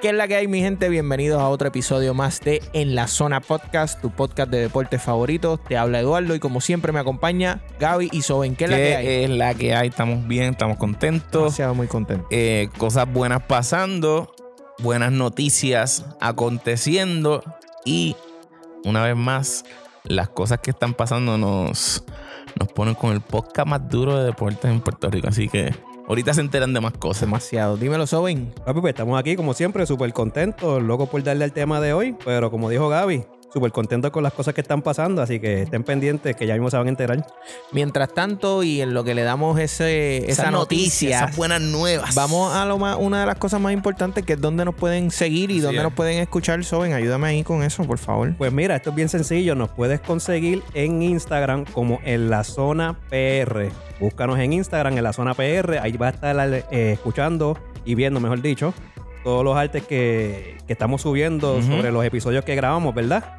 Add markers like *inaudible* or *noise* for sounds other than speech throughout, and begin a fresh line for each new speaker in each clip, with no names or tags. ¿Qué es la que hay, mi gente? Bienvenidos a otro episodio más de En la Zona Podcast, tu podcast de deportes favoritos. Te habla Eduardo y como siempre me acompaña Gaby y Soben. ¿Qué es la que hay?
es la que hay? Estamos bien, estamos contentos.
Demasiado muy contento.
Eh, cosas buenas pasando, buenas noticias aconteciendo y una vez más, las cosas que están pasando nos, nos ponen con el podcast más duro de deportes en Puerto Rico. Así que ahorita se enteran de más cosas.
Demasiado. Dímelo, Soben.
Papi, pues estamos aquí como siempre, súper contentos, loco por darle al tema de hoy, pero como dijo Gaby, súper contentos con las cosas que están pasando, así que estén pendientes que ya mismo se van a enterar.
Mientras tanto, y en lo que le damos ese, esa, noticia,
esas buenas nuevas.
vamos a lo más, una de las cosas más importantes que es dónde nos pueden seguir y
Así
dónde
es.
nos pueden escuchar, Soben. Ayúdame ahí con eso, por favor.
Pues mira, esto es bien sencillo, nos puedes conseguir en Instagram como en la zona PR. Búscanos en Instagram en la zona PR, ahí vas a estar eh, escuchando y viendo, mejor dicho, todos los artes que, que estamos subiendo
Ujú.
sobre los episodios que grabamos, ¿verdad?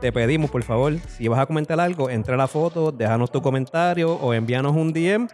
te pedimos, por favor, si vas a comentar algo, entra a la foto, déjanos tu comentario o envíanos un DM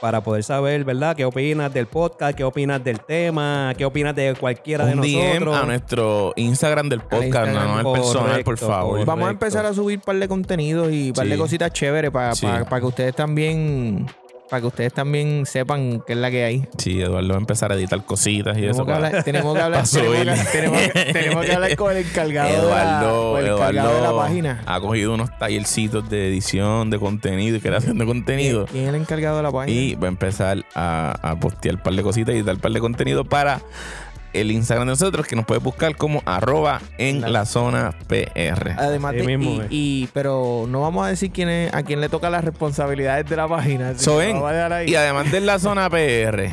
para poder saber, ¿verdad? ¿Qué opinas del podcast? ¿Qué opinas del tema? ¿Qué opinas de cualquiera de
Un DM
ah,
nosotros?
a nuestro Instagram del podcast,
Instagram,
no, no es personal, por
correcto,
favor.
Vamos a
Correcto.
empezar a subir un par de contenidos y un par de
Sí.
cositas chéveres para
Sí.
que ustedes también para que ustedes también sepan qué es la que hay.
Sí, Eduardo va a empezar a editar cositas y eso.
Tenemos que,
para-
hablar,
*laughs*
tenemos que hablar,
pa'
tenemos que-
subirle.
tenemos que- tenemos que hablar con el encargado,
Eduardo,
de, la, con el encargado de la
Eduardo
página.
ha cogido unos tallercitos de edición, de contenido y creación de contenido.
¿Quién es el encargado de la página?
Y va a empezar a, a postear un par de cositas y dar un par de contenido para el Instagram de nosotros, que nos puedes buscar como arroba en
La-
la, zona PR.
Además
Sí
de,
mismo,
y-
eh.
y- pero no vamos a decir quién es, a quién le toca las responsabilidades de la página. así que
So, ven,
lo vamos a dejar ahí.
y además de la zona PR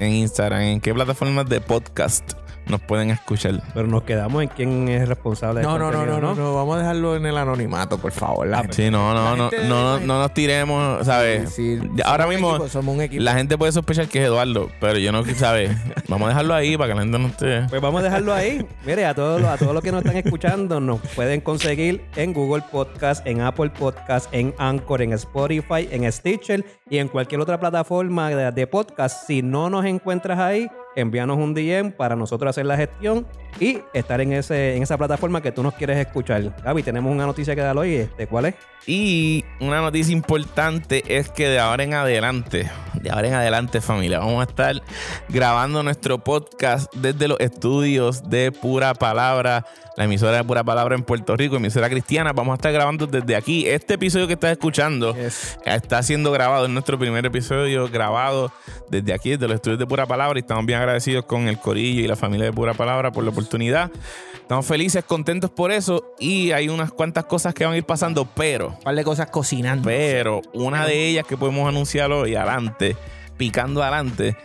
en Instagram, ¿en qué plataformas de podcast nos pueden escuchar?
Pero nos quedamos en quién es responsable del
no, no, no, no, no,
contenido,
no, vamos a dejarlo en el anonimato, por favor. La-
Sí, no, no, no,
gente-
no, no, no nos tiremos, ¿sabes?
Sí, sí,
Ya,
somos
Ahora
un
mismo,
equipo, somos un equipo.
La gente puede sospechar que es Eduardo, pero yo no, *laughs* ¿sabes? Vamos a dejarlo ahí para que la gente no esté.
Pues vamos a dejarlo ahí. Mire, a todos, los- a todos los que nos están escuchando, nos pueden conseguir en Google Podcast, en Apple Podcast, en Anchor, en Spotify, en Stitcher y en cualquier otra plataforma de, de podcast. Si no nos encuentras ahí, envíanos un DM para nosotros hacer la gestión y estar en, ese, en esa plataforma que tú nos quieres escuchar. Gaby, tenemos una noticia que dar hoy. Este, ¿Cuál es?
Y una noticia importante es que de ahora en adelante, de ahora en adelante familia, vamos a estar grabando nuestro podcast desde los estudios de Pura Palabra, la emisora de Pura Palabra en Puerto Rico, emisora cristiana. Vamos a estar grabando desde aquí. Este episodio que estás escuchando
Yes.
está siendo grabado, es nuestro primer episodio grabado desde aquí, desde los estudios de Pura Palabra, y estamos bien agradecidos con el Corillo y la familia de Pura Palabra por la oportunidad. Estamos felices, contentos por eso, y hay unas cuantas cosas que van a ir pasando, pero,
Un par de cosas cocinando.
pero, una de ellas que podemos anunciar hoy, adelante, picando adelante,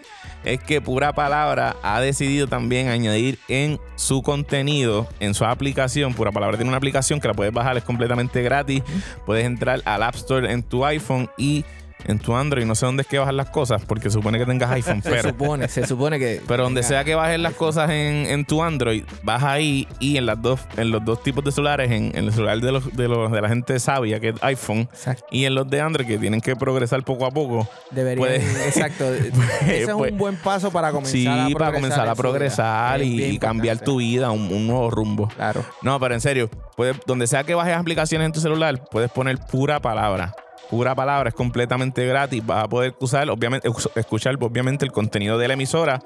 es que Pura Palabra ha decidido también añadir en su contenido, en su aplicación. Pura Palabra tiene una aplicación que la puedes bajar, es completamente gratis. Puedes entrar al App Store en tu iPhone y en tu Android. No sé dónde es que bajas las cosas, porque supone que tengas iPhone,
se
pero.
supone, se supone que.
*laughs* Pero donde sea que bajes las cosas en, en tu Android, vas ahí y en las dos, en los dos tipos de celulares, en, en el celular de los, de los de la gente sabia, que es iPhone,
Exacto.
y en los de Android, que tienen que progresar poco a poco,
Debería.
*laughs* Puede-
exacto. Ese es
pues-
un buen paso para comenzar
sí,
a progresar.
para comenzar a
en su
progresar
vida. Es
y,
bien
y cambiar tu
importante.
vida a un, un nuevo rumbo.
Claro.
No, pero en serio, puedes, donde sea que bajes aplicaciones en tu celular, puedes poner pura palabra. Pura palabra, es completamente gratis. Vas a poder usar, obviamente, ex- escuchar, obviamente, el contenido de la emisora.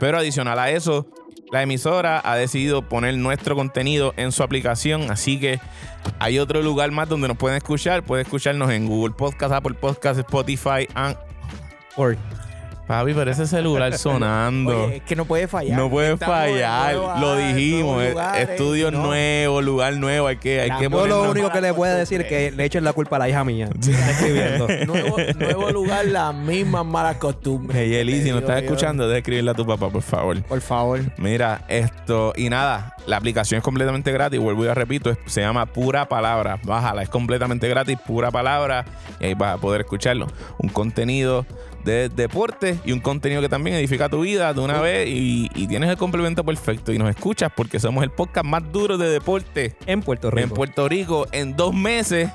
Pero adicional a eso, la emisora ha decidido poner nuestro contenido en su aplicación. Así que hay otro lugar más donde nos pueden escuchar. Puedes escucharnos en Google Podcast, Apple Podcast, Spotify. and-
Por
Papi, pero
*laughs*
ese celular sonando.
Oye, es que no puede fallar.
No puede
Estamos ah, en
fallar,
nuevas-
lo
nuevos
dijimos, eh,
lugares,
estudio
¿no?
nuevo, lugar nuevo, hay que, hay que
Yo
Yo lo
ponernos-
único que le puedo decir es que le echen la culpa a la hija mía. *laughs* Está escribiendo.
Nuevo,
*laughs*
nuevo lugar, las mismas malas costumbres.
Hey, Eli,
Te
si no
digo
estás
yo.
escuchando, deja escribirle a tu papá, por favor.
Por favor.
Mira, esto, y nada, La aplicación es completamente gratis, vuelvo y la repito, es- se llama Pura Palabra. Bájala, es completamente gratis, Pura Palabra, y ahí vas a poder escucharlo. Un contenido de deporte y un contenido que también edifica tu vida de una vez y, y tienes el complemento perfecto y nos escuchas porque somos el podcast más duro de deporte
En Puerto Rico.
en Puerto Rico en dos meses.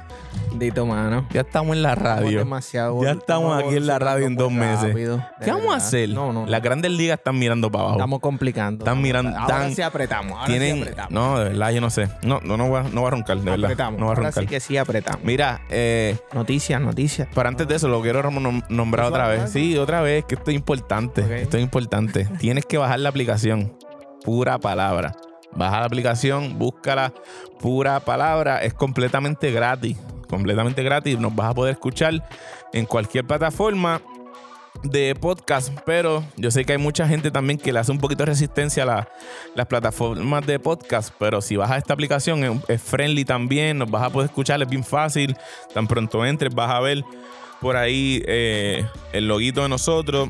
Dito, mano.
Ya estamos en la
Estamos
radio.
demasiado-
Ya estamos aquí en la radio en dos
muy
meses.
rápido, de
¿Qué vamos a
verdad.
hacer?
No, no, no.
Las grandes ligas están mirando para abajo.
Estamos complicando.
Están mirando-
Ahora
están-
sí apretamos. Ahora sí
Tienen.
apretamos.
no, de verdad, yo no sé. No, no, no, va, no va a roncar, de verdad.
apretamos.
No va a
ahora
roncar.
sí que sí apretamos.
Mira, eh,
Noticias, noticias.
para antes de eso, lo quiero nom- nombrar
¿Eso
otra
hablar?
vez. Sí, otra vez, que esto es importante.
Ok.
Esto es importante. Tienes que bajar la aplicación. Pura palabra. Baja la aplicación, búscala. Pura palabra. Es completamente gratis. Completamente gratis. Nos vas a poder escuchar en cualquier plataforma de podcast, pero yo sé que hay mucha gente también que le hace un poquito de resistencia a la- las plataformas de podcast, pero si vas a esta aplicación es, es friendly también, nos vas a poder escuchar, es bien fácil, tan pronto entres vas a ver por ahí eh, el loguito de nosotros,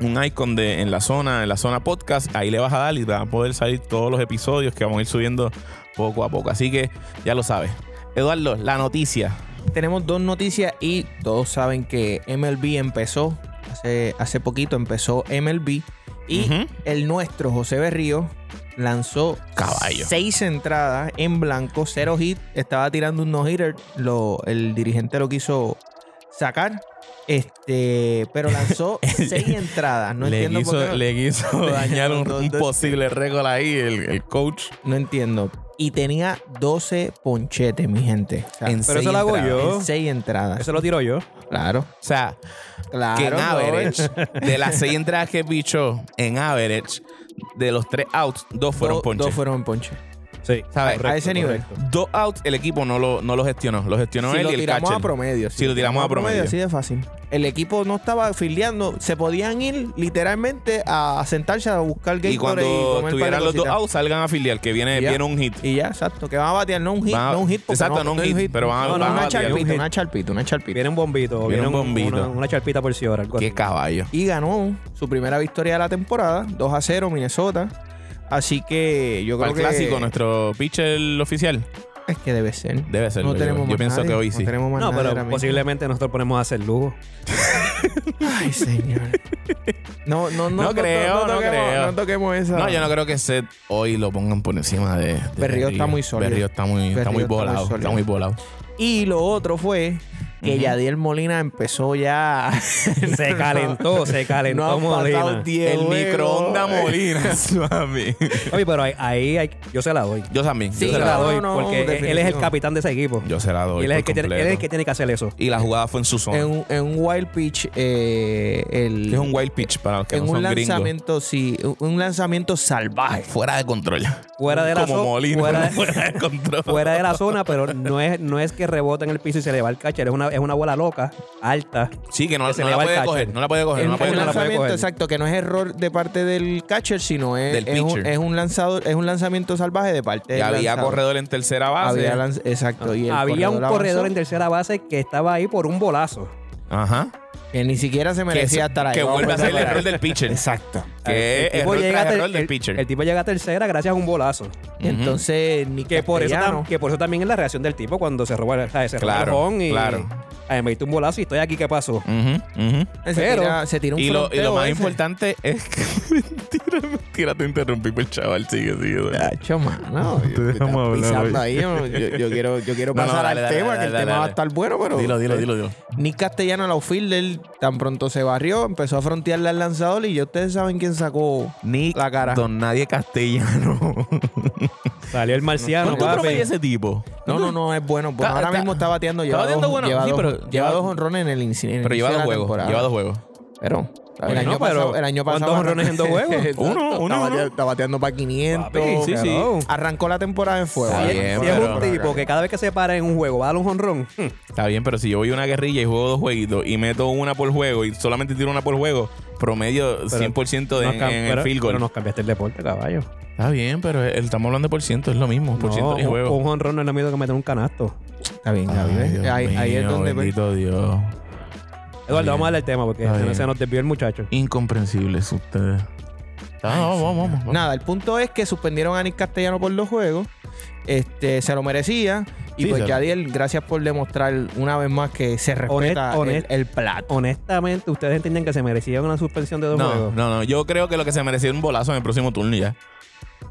un icon de en la zona, en la zona podcast, ahí le vas a dar y te van a poder salir todos los episodios que vamos a ir subiendo poco a poco, así que ya lo sabes. Eduardo, la noticia.
Tenemos dos noticias y todos saben que MLB empezó. Hace, hace poquito empezó MLB. Y
Ujú.
el nuestro, José Berrío, lanzó
Caballo.
seis entradas en blanco, cero hit. Estaba tirando un no-hitter. Lo, el dirigente lo quiso sacar. Este, pero
*laughs*
lanzó seis entradas. No
le,
entiendo por qué
quiso,
no- *laughs*
le quiso dañar un, un posible récord ahí el, el coach.
No entiendo. Y tenía 12 ponchetes, mi gente. O sea,
En
Pero eso lo hago
entradas.
yo.
en seis entradas.
Eso lo tiro yo.
Claro.
O sea,
Claro.
que en
Robert.
average, de las seis entradas que pichó, en average, de los tres outs, dos fueron
Do-
ponches.
Dos fueron ponche.
Sí.
¿Sabes?
a ese nivel.
Dos outs, el equipo no lo, no lo gestionó. Lo gestionó
si
él
lo
y el
tiramos
catcher.
a promedio.
Si lo tiramos a promedio.
Así de fácil. El equipo no estaba filiando. Se podían ir literalmente a sentarse a buscar game
y cuando tuvieran los dos
autos
outs, salgan a filiar, que viene,
Ya.
viene un hit.
Y ya, exacto. Que van a batear, no un hit,
Van a-
no un hit. porque
exacto, no un hit, pero van a-
No, no,
van a
una
batear. Un
charpita,
hit.
una charpita, una charpita.
Viene un bombito. Viene, un bombito. Una, una charpita por si ahora. algo así.
Qué caballo.
y ganó su primera victoria de la temporada, 2 a 0 Minnesota. Así que yo
Para
creo
el
que
clásico, nuestro pitcher oficial.
es que debe ser.
Debe ser,
No
yo-
tenemos
yo
más
pienso
nadie,
que hoy sí.
No tenemos más
No,
nadie ahora
pero
mismo.
posiblemente nosotros ponemos a hacer
*laughs*
lujo.
Ay, señor. No, no, no.
No creo, no
toquemos-
creo.
No toquemos esa.
No, yo no creo que Seth hoy lo pongan por encima de. de
Berrío está muy sólido.
Berrío está muy, está
Berrío
muy
está muy
volado.
sólido.
está muy volado.
Y lo otro fue que
Ujú.
Yadiel Molina empezó ya.
*laughs*
Se calentó, se
no
calentó
han pasado
Molina.
10
el
juegos.
microondas Molinas, *laughs* mami.
Oye, pero ahí, ahí hay- yo se la doy.
Yo también.
Sí,
yo,
Yo
se
se
la,
la
no,
doy
no,
porque él- él es el
definitivo.
capitán de ese equipo.
yo se la doy.
Y él es, el que
por
tiene, él
completo.
es el que tiene que hacer eso.
Y la jugada fue en su zona.
En, un- en un wild pitch, eh, el-
Que es un wild pitch para los que
en
no
un
son gringos.
lanzamiento, sí, un- un lanzamiento salvaje.
Fuera de control.
Fuera de la
Como
zo-
Molina. Fuera
fuera
de,
de-
control.
Fuera de la zona, pero no es, no es que rebote en el piso y se le va el catcher. Es una, es una bola loca, alta.
Sí, que no,
que se
no
le
la
va el
puede
catcher.
coger. No la puede coger.
Es
No
un
la puede
no la
coger.
lanzamiento,
coger.
exacto, que no es error de parte del catcher, sino es,
Del
es, un,
pitcher.
es un lanzador, es un lanzamiento salvaje de parte
Y
del
había
lanzador.
corredor en tercera base.
Había lanz- exacto. y el
Había un
avanzó,
corredor en tercera base que estaba ahí por un bolazo.
Ajá.
que ni siquiera se
Que,
merecía
es-
estar ahí.
que
Vamos
vuelve a ser el
empezar por
error
ahí.
del pitcher.
Exacto.
Que es error
llega a
tras
ter-
error del
el-
pitcher.
el tipo llega a tercera gracias a un bolazo.
Y Entonces, ni
Que por, eso
Castellano-
tam- que por eso también es la reacción del tipo cuando se roba, el- ¿sabes? se roba
Claro,
el home y
claro.
"Ay, me diste un bolazo y estoy aquí, ¿qué pasó?
Ujú, ujú.
se
pero-
tira, se tira un
Y lo, y lo
fronteo
más
ese.
importante es que. *laughs* mentira, mentira, te interrumpí por el chaval. Sigue, sigue. sigue.
Tacho, mano,
Te
yo- yo
dejamos
estaba
hablar
pisando
hoy.
ahí, Yo, yo- yo quiero, yo quiero
No, no,
pasar
dale,
al
dale,
tema,
dale,
que el
dale,
tema va a
dale.
estar bueno, pero.
Dilo, dilo, dilo, dilo.
Nick Castellano, la outfielder, tan pronto se barrió, empezó a frontearle al lanzador y ya ustedes saben quién sacó
Nick
la cara.
Don Nadie Castellano.
Salió el marciano,
¿Cuánto
papi.
promedia ese tipo?
No,
*laughs*
no, no, es bueno. Bueno,
Está-
ahora
está-
mismo está bateando.
está
Lleva
bateando
dos,
bueno,
lleva
sí,
dos-
pero
lleva
lleva-
dos honrones en el inici- en el inicio.
Pero lleva
de
dos
la
juegos.
temporada.
Lleva dos juegos.
Pero el
bien,
año,
no, pero
pasado, el año
¿cuántos
pasado.
honrones
*laughs*
en dos juegos?
Exacto,
Uno, uno,
Está,
uno.
bate- está bateando para 500.
Papi,
sí, sí.
hello.
Arrancó la temporada en fuego.
Oh. Está
Si
Ah, bien,
es- si es
pero-
un tipo que cada vez que se para en un juego va a dar un jonrón,
Mm.
hmm,
Está bien, pero si yo voy a una guerrilla y juego dos jueguitos y meto una por juego y solamente tiro una por juego, promedio 100% de,
nos
en,
cam-
en el
pero-
field goal.
pero nos cambiaste el deporte, caballo.
Está bien, pero el- estamos hablando de por ciento, es lo mismo. Por
No,
ciento y
un-
juego.
un jonrón no es lo mismo que meter un canasto.
Está bien, Gaby. ¿ves? ahí, ahí es donde.
Bendito Dios.
Eduardo, vamos a darle el tema porque
Está
se
bien.
nos, se nos desvió el muchacho.
Incomprensibles ustedes. Ah, vamos, vamos, vamos.
Nada, el punto es que suspendieron a Nick Castellano por los juegos. Este, se lo merecía. Y
Sí,
pues,
se lo-
Yadiel, gracias por demostrar una vez más que se respeta
honest-
el, el plato.
Honestamente, ustedes entienden que se merecía una suspensión de dos
No,
juegos.
no, no. Yo creo que lo que se merecía era un bolazo en el próximo turno y ya.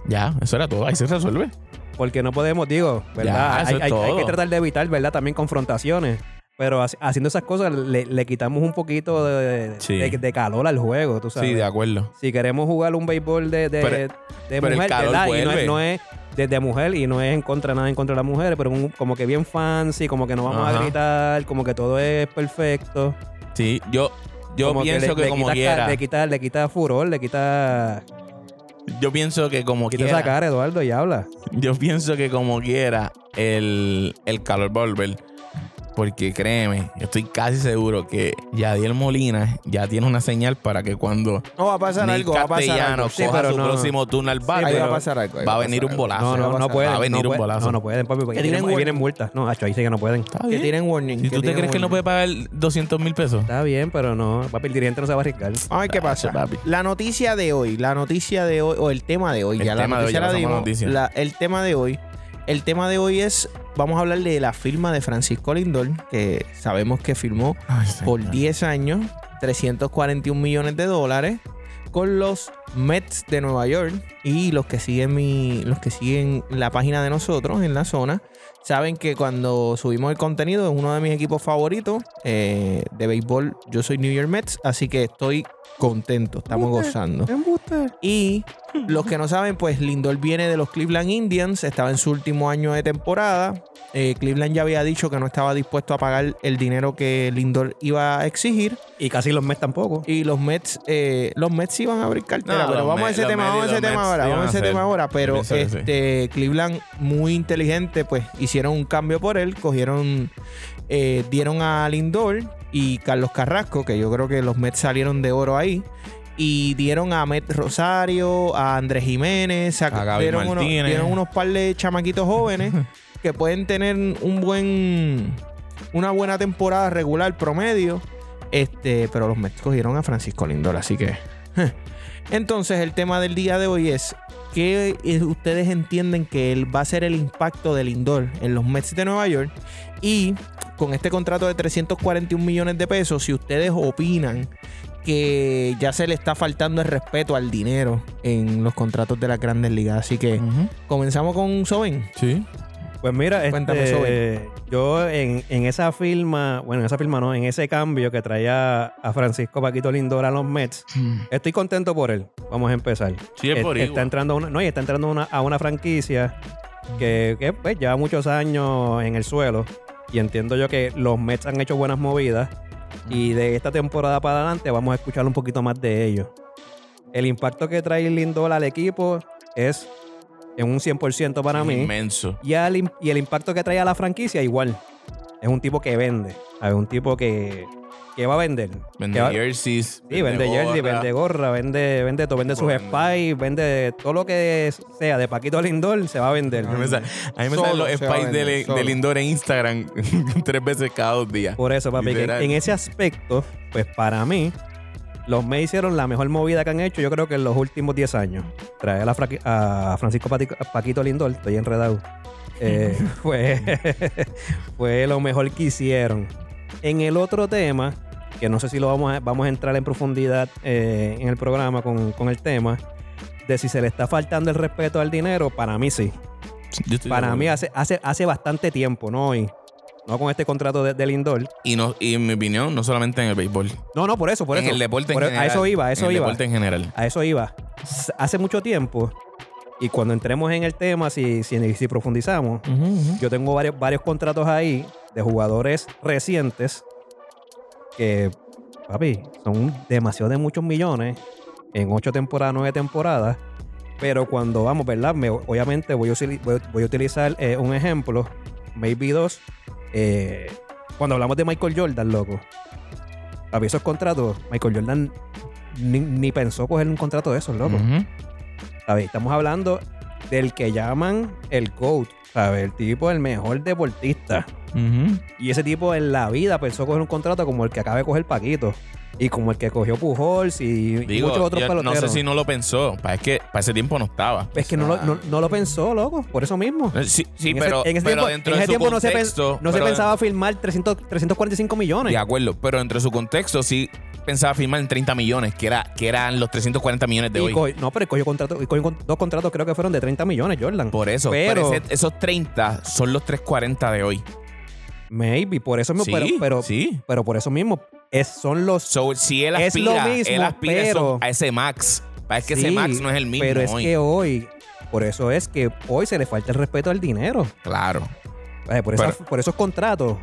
Ya, eso era todo. Ahí se resuelve.
Porque no podemos, digo,
Ya,
¿verdad?
eso
hay,
es
hay- hay
todo.
que tratar de evitar, ¿verdad? También confrontaciones. Pero haci- haciendo esas cosas le, le quitamos un poquito de,
Sí.
de- de calor al juego, tú sabes.
Sí, de acuerdo.
si queremos jugar un béisbol de, de,
Pero-
de
pero el
mujer,
calor
¿verdad? Y no
vuelve.
es, no es de, de mujer y no es en contra nada en contra de las mujeres, pero un- como que bien fancy, como que no vamos
Ajá.
a gritar, como que todo es perfecto.
Sí, yo, yo
como
pienso que,
le- le
como
quita-
quiera.
Le quita, le quita furor, le quita.
Yo pienso que como
Quita
quiera.
esa cara, Eduardo, y habla.
Yo pienso que como quiera, el, el calor va a volver. Porque créeme, yo estoy casi seguro que Yadiel Molina ya tiene una señal para que cuando
No va a pasar
Nick
algo, va a pasar
Castellano
algo.
Sí,
coja
pero
su
no.
próximo turno al bate,
ahí va a
pero
pasar algo, ahí
va a
pasar
venir un
algo.
bolazo.
No,
va a
no, no
pasar.
pueden.
Ah, Va a venir
no
un
pueden.
bolazo.
No, no pueden, papi, porque
Que tienen
ahí vienen, ahí
guardia.
vienen multas. No, hacho, ahí sí que no pueden.
Está
Que
bien.
tienen warning.
¿Y ¿eh? tú te
tienen
crees que él no puede
warning.
pagar 200 mil pesos?
Está bien, pero no. Papi, el dirigente no se va a arriesgar.
Vamos a ver qué pasa.
Papi.
La noticia de hoy, la noticia de hoy, o el tema de hoy,
El
ya la
tema de hoy,
noticia
ya
la
pasamos a la
dimos.
noticia.
la- el tema de hoy. El tema de hoy es, vamos a hablar de la firma de Francisco Lindor, que sabemos que firmó
Ay, señor.
por 10 años, 341 millones de dólares con los Mets de Nueva York y los que siguen mi los que siguen la página de nosotros en la zona saben que cuando subimos el contenido es uno de mis equipos favoritos eh, de béisbol yo soy New York Mets así que estoy contento estamos gozando y los que no saben, pues Lindor viene de los Cleveland Indians, estaba en su último año de temporada. Eh, Cleveland ya había dicho que no estaba dispuesto a pagar el dinero que Lindor iba a exigir.
Y casi los Mets tampoco.
Y los Mets, eh, los Mets iban a abrir cartera,
No,
pero
los
vamos a
Mets-
ese
los
tema,
Mets y
vamos a ese
los
tema
Mets
ahora,
iban
vamos a
a
ese
ser-
tema ahora. Pero
pienso que sí.
este Cleveland, muy inteligente, pues hicieron un cambio por él, cogieron, eh, dieron a Lindor y Carlos Carrasco, que yo creo que los Mets salieron de oro ahí. Y dieron a Met Rosario, a Andrés Jiménez, a,
A Gaby
dieron, unos,
Martínez.
dieron unos par de chamaquitos
*laughs*
jóvenes que pueden tener un buen una buena temporada regular promedio. Este, pero los Mets cogieron a Francisco Lindor, así que. Entonces, el tema del día de hoy es: ¿qué eh, ustedes entienden que él- va a ser el impacto de Lindor en los Mets de Nueva York? Y con este contrato de 341 millones de pesos, si ustedes opinan que ya se le está faltando el respeto al dinero en los contratos de las grandes ligas. Así que
Ujú.
comenzamos con Soben.
Sí.
Pues mira,
Cuéntame,
este, yo en, en esa firma, bueno, en esa firma no, en ese cambio que traía a Francisco Paquito Lindor a los Mets,
Hmm.
estoy contento por él. Vamos a empezar.
Sí, es por
está,
igual.
entrando a una, no, y está entrando a una, a una franquicia que, que, pues, lleva muchos años en el suelo y entiendo yo que los Mets han hecho buenas movidas y de esta temporada para adelante vamos a escuchar un poquito más de ellos. El impacto que trae Lindor al equipo es en un 100% para mí.
Inmenso.
Y, al im- y el impacto que trae a la franquicia, igual. Es un tipo que vende. Es un tipo que, que va a vender.
Vende
Que va-
jerseys.
Sí, vende jersey,
gorra.
vende gorra, vende, vende todo, vende sus
Vende.
spies, vende todo lo que sea de Paquito Lindor, se va a vender.
A mí me sale- a mí me
Solo
salen los
se va a
spies
vender,
del,
solo.
del indoor en Instagram *laughs* tres veces cada dos días.
Por eso, papi, que en,
Literal.
en ese aspecto, pues para mí, los Mets hicieron la mejor movida que han hecho, yo creo que en los últimos 10 años. Traer a, la fraqui- a Francisco Pati- a Paquito Lindor, estoy enredado. Eh, fue, *laughs* fue lo mejor que hicieron. En el otro tema, que no sé si lo vamos a, vamos a entrar en profundidad eh, en el programa con, con el tema, de si se le está faltando el respeto al dinero, para mí sí.
Yo estoy de
Para
acuerdo.
mí hace, hace, hace bastante tiempo, ¿no? hoy, no con este contrato de, de Lindor.
Y, no, y en mi opinión, no solamente en el béisbol.
No, no, por eso, por
en
eso.
el deporte
Por-
en general.
A eso iba, a
en
eso
el
iba.
deporte en general.
A eso iba. S- Hace mucho tiempo, y cuando entremos en el tema, si, si, si profundizamos, yo tengo varios, varios contratos ahí de jugadores recientes que, papi, son demasiado de muchos millones en ocho temporadas, nueve temporadas. Pero cuando vamos, ¿verdad? Me- obviamente voy a, usili- voy a- voy a utilizar eh, un ejemplo, maybe dos. eh, cuando hablamos de Michael Jordan, loco, papi, esos contratos, Michael Jordan ni, ni pensó coger un contrato de esos, loco.
Ujú.
¿sabes? Estamos hablando del que llaman el GOAT, ¿sabes? El tipo, el mejor deportista.
Ujú.
Y ese tipo en la vida pensó coger un contrato como el que acaba de coger Paquito. Y como el que cogió Pujols y, y
Digo,
muchos otros
yo no
peloteros.
sé si no lo pensó. pa- Es que para ese tiempo no estaba.
Es que no lo, no- no lo pensó, loco, por eso mismo.
Eh, Sí, sí,
En ese-
pero,
en ese
pero
tiempo,
dentro
en
de
ese
su
tiempo no se pen-
contexto.
no se,
pero-
pensaba filmar 300, 345 millones.
De acuerdo, pero dentro de su contexto sí pensaba firmar en 30 millones, que, era, que eran los 340 millones de
Y
hoy.
co- no, pero cogió, contrato, y cogió con- dos contratos, creo que fueron de 30 millones, Jordan.
Por eso,
pero,
pero ese- esos 30 son los 340 de hoy.
maybe, por eso mismo,
Sí,
pero, pero,
sí.
pero por eso mismo, es, son los
So, si él
Es lo
aspira,
mismo,
él aspira
pero-
eso- a ese max. Pa, Es que ese
Sí,
max no es el mismo
Pero es
hoy.
que hoy, por eso es que hoy se le falta el respeto al dinero.
Claro.
Eh, Por, esas- por esos contratos,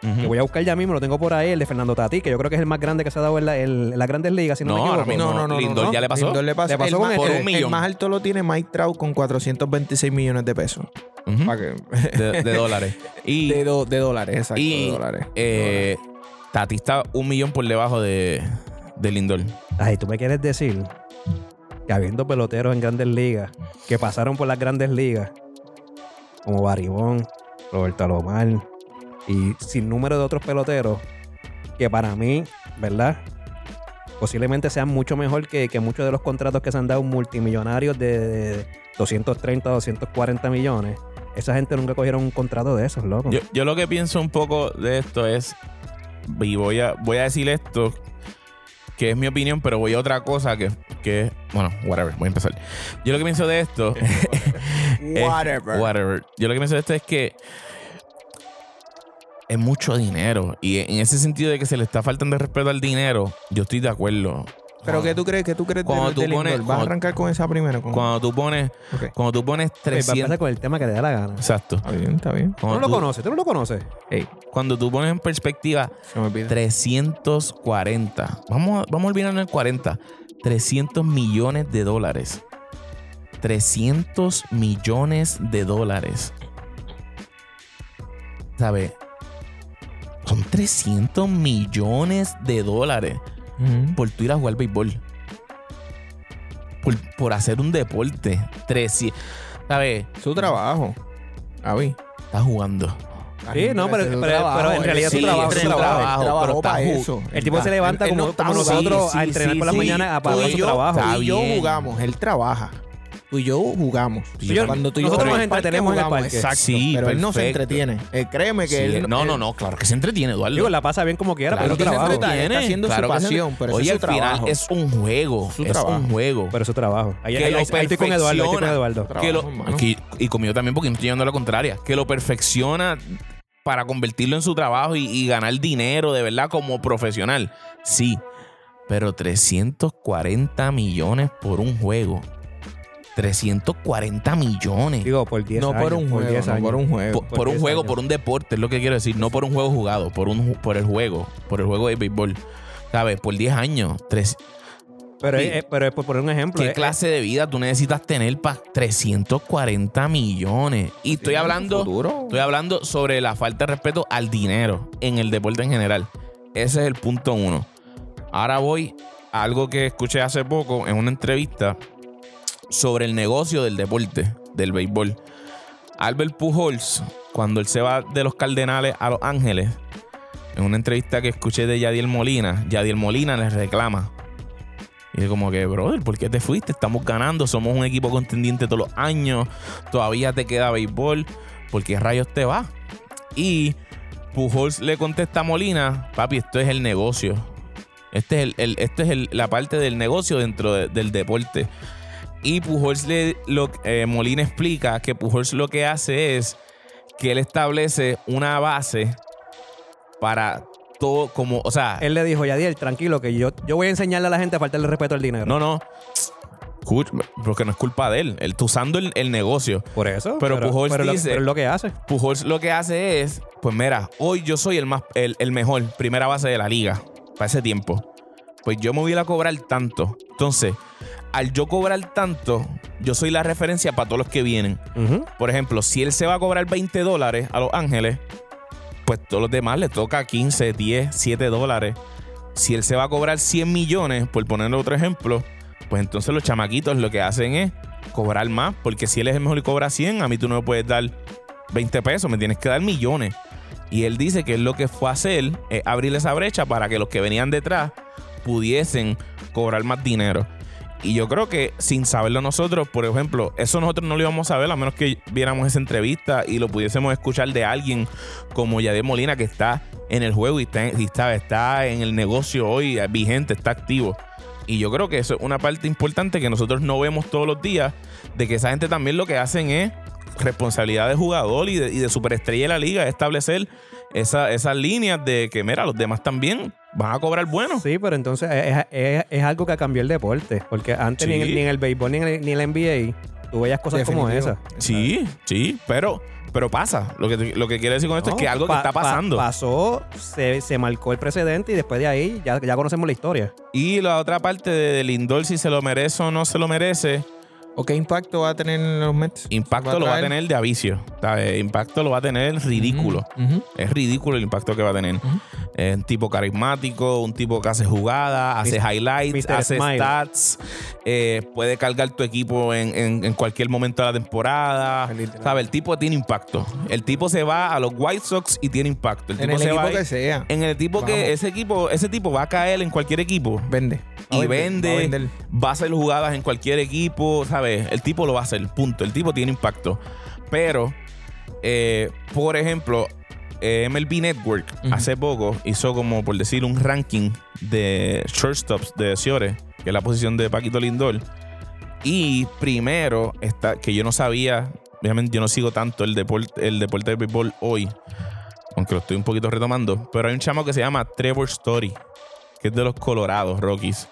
*laughs* que voy a buscar ya mismo, lo tengo por ahí, el de Fernando Tati, que yo creo que es el más grande que se ha dado en, la- en- en las grandes ligas, si no,
No,
me equivoco.
ahora
No,
mismo
no, no. no,
Lindor
no.
ya le pasó.
Lindor le pasó.
Le pasó
el
con
más,
este. Por un
el
millón.
más alto lo tiene Mike Trout con 426 millones de pesos.
Ujú.
Pa' que- *laughs*
de, de dólares. Y,
de, do- de dólares, exacto.
y,
de dólares.
eh, Tati está un millón por debajo de, de Lindor.
Ay, tú me quieres decir que habiendo peloteros en grandes ligas, que pasaron por las grandes ligas, como Baribón, Roberto Alomar, y sin número de otros peloteros, que para mí, ¿verdad? Posiblemente sean mucho mejor que, que muchos de los contratos que se han dado multimillonarios de, de 230, 240 millones. Esa gente nunca cogieron un contrato de esos, loco.
Yo, yo lo que pienso un poco de esto es, y voy a, voy a decir esto, que es mi opinión, pero voy a otra cosa que, que bueno, whatever, voy a empezar. Yo lo que pienso de
*laughs*
esto... *laughs* es- whatever. Yo lo que pienso de esto es que es mucho dinero. Y en ese sentido de que se le está faltando el respeto al dinero, yo estoy de acuerdo.
Pero ¿qué tú crees? ¿Qué tú crees
Cuando
de,
tú
de Lindor?
pones-
¿Vas a
cuando-
arrancar con esa primero? Con...
Cuando tú pones,
Ok.
cuando tú pones
Ey, va a
300...
empezar con el tema que te da la gana.
Exacto.
Está bien, está bien.
Tú no
Cuando
lo
tú-
conoces, tú no lo conoces.
Ey,
cuando tú pones en perspectiva
se me olvida.
340. Vamos a, vamos a olvidarnos el 40. 300 millones de dólares. 300 millones de dólares. ¿Sabes? Son 300 millones de dólares
Ujú.
por tú ir a jugar béisbol. Por, por hacer un deporte. 300. ¿Sabes?
Su trabajo. Avi.
Estás jugando.
Sí, no, pero- pero- pero en realidad es su
sí,
trabajo,
es
es
su
su
trabajo.
trabajo,
Él trabajó
pero está
para
ju-
eso.
El tipo se levanta
Ah, Él- él
como-
no está
como
jugando.
nosotros a entrenar por las mañanas a pagar
Tú y
su
yo-
trabajo.
Tú y yo
Está bien.
jugamos, él trabaja. Tú y yo jugamos.
Tú y yo-
Cuando tú y yo
nosotros
vamos
nos
al parque,
entretenemos en el
jugamos.
parque.
Exacto.
Sí,
pero él no se
perfecto.
entretiene. Eh, créeme que
Sí,
él.
eh, no, no, no, claro que se entretiene, Eduardo.
Digo, la pasa bien como quiera,
Claro
pero
que
es
se
un trabajo.
entretiene. está haciendo su
que se-
pasión, pero ese
Oye,
es
al
su
final
trabajo.
es un juego.
Su
es
trabajo.
un juego.
Pero es su trabajo. Ahí,
Que
ahí-
lo
ahí estoy con Eduardo, ahí estoy con
perfecciona.
Eduardo.
Trabajo,
Que lo-
hermano.
que- y conmigo también, porque no estoy llevando a la contraria. Que lo perfecciona para convertirlo en su trabajo y, y ganar dinero de verdad como profesional. Sí, pero 340 millones por un juego. 340 millones.
Digo, por 10
No
años.
por un juego,
10
no por
años.
un
Por,
juego.
por un
10
juego,
años.
por un deporte, es lo que quiero decir. No por un juego jugado, por, un, ju- por el juego, por el juego de béisbol. ¿Sabes? Por 10 años. Tres,
Pero,
Sí.
es, es- pero es por poner un ejemplo. eh,
¿Qué
es-
clase de vida tú necesitas tener para 340 millones? Y estoy hablando,
Futuro.
estoy hablando sobre la falta de respeto al dinero en el deporte en general. Ese es el punto uno. Ahora voy a algo que escuché hace poco en una entrevista sobre el negocio del deporte, del béisbol. Albert Pujols, cuando él se va de los Cardenales a Los Ángeles, en una entrevista que escuché de Yadiel Molina, Yadiel Molina les reclama. Y es como que, brother, ¿por qué te fuiste? Estamos ganando, somos un equipo contendiente todos los años, todavía te queda béisbol, ¿por qué rayos te vas? Y Pujols le contesta a Molina, papi, esto es el negocio. Este es, el, el- esto es el- la parte del negocio dentro de- del deporte. Y Pujols le, lo, eh, Molina explica que Pujols lo que hace es que él establece una base para todo como, o sea,
Él le dijo, Yadiel, tranquilo, que yo, yo voy a enseñarle a la gente a faltarle respeto al dinero.
no, no. Escucha, Porque no es culpa de él. Él está usando el, el negocio.
Por eso.
Pero Pujols
pero, lo-
dice-
pero es lo que hace.
Pujols lo que hace es, pues mira, hoy yo soy el, más, el, el mejor, primera base de la liga, para ese tiempo. Pues yo me voy a ir a cobrar tanto. Entonces, al yo cobrar tanto, yo soy la referencia para todos los que vienen.
Ujú.
Por ejemplo, si él se va a cobrar 20 dólares a Los Ángeles, pues todos los demás le toca 15, 10, 7 dólares. Si él se va a cobrar 100 millones, por ponerle otro ejemplo, pues entonces los chamaquitos lo que hacen es cobrar más, porque si él es el mejor y cobra 100, a mí tú no me puedes dar 20 pesos, me tienes que dar millones. Y él dice que él lo que fue a hacer es abrir esa brecha para que los que venían detrás pudiesen cobrar más dinero. Y yo creo que sin saberlo nosotros, por ejemplo, eso nosotros no lo íbamos a saber a menos que viéramos esa entrevista y lo pudiésemos escuchar de alguien como Yadier Molina que está en el juego y está, y está, está en el negocio hoy, eh, vigente, está activo. Y yo creo que eso es una parte importante que nosotros no vemos todos los días, de que esa gente también lo que hacen es responsabilidad de jugador y de, y de superestrella de la liga, es establecer esa- esas líneas de que, mira, los demás también van a cobrar bueno.
Sí, pero entonces es, es- es algo que cambió el deporte. Porque antes ni, en
Sí.
el, ni en el béisbol ni en el, ni en la NBA tú veías cosas como
Definitivo.
esas.
Sí, sí, pero, pero pasa. Lo que, lo que quiero decir con esto es que
No,
algo que
pa-
está
pa-
pasando.
pasó, se, se marcó el precedente y después de ahí ya, ya conocemos la historia.
Y la otra parte de, de Lindor, si se lo merece o no se lo merece,
¿O qué impacto va a tener en los Mets?
impacto lo va a
traer?
tener de avicio. ¿sabes? Impacto lo va a tener ridículo.
Ujú.
Es ridículo el impacto que va a tener.
Ujú.
Es un tipo carismático, un tipo que hace jugadas, hace highlights,
Mr.
hace
Smile.
stats, eh, puede cargar tu equipo en, en- en cualquier momento de la temporada.
Literal.
¿Sabe? El tipo tiene impacto. El tipo se va a los White Sox y tiene impacto. El
En
tipo
el
se va
equipo
ahí-
que sea.
en el equipo
Vamos.
que ese equipo, ese tipo va a caer en cualquier equipo.
Vende.
Y
Va a vender, va a
vende,
vender.
va a hacer jugadas en cualquier equipo, ¿sabes? El tipo lo va a hacer, punto. El tipo tiene impacto. Pero, eh, por ejemplo, eh, MLB Network
Ujú.
hace poco hizo como, por decir, un ranking de shortstops de Ciore, que es la posición de Paquito Lindor. Y primero, está, que yo no sabía, obviamente yo no sigo tanto el deporte, el deporte de béisbol hoy, aunque lo estoy un poquito retomando, pero hay un chamo que se llama Trevor Story, que es de los Colorados Rockies.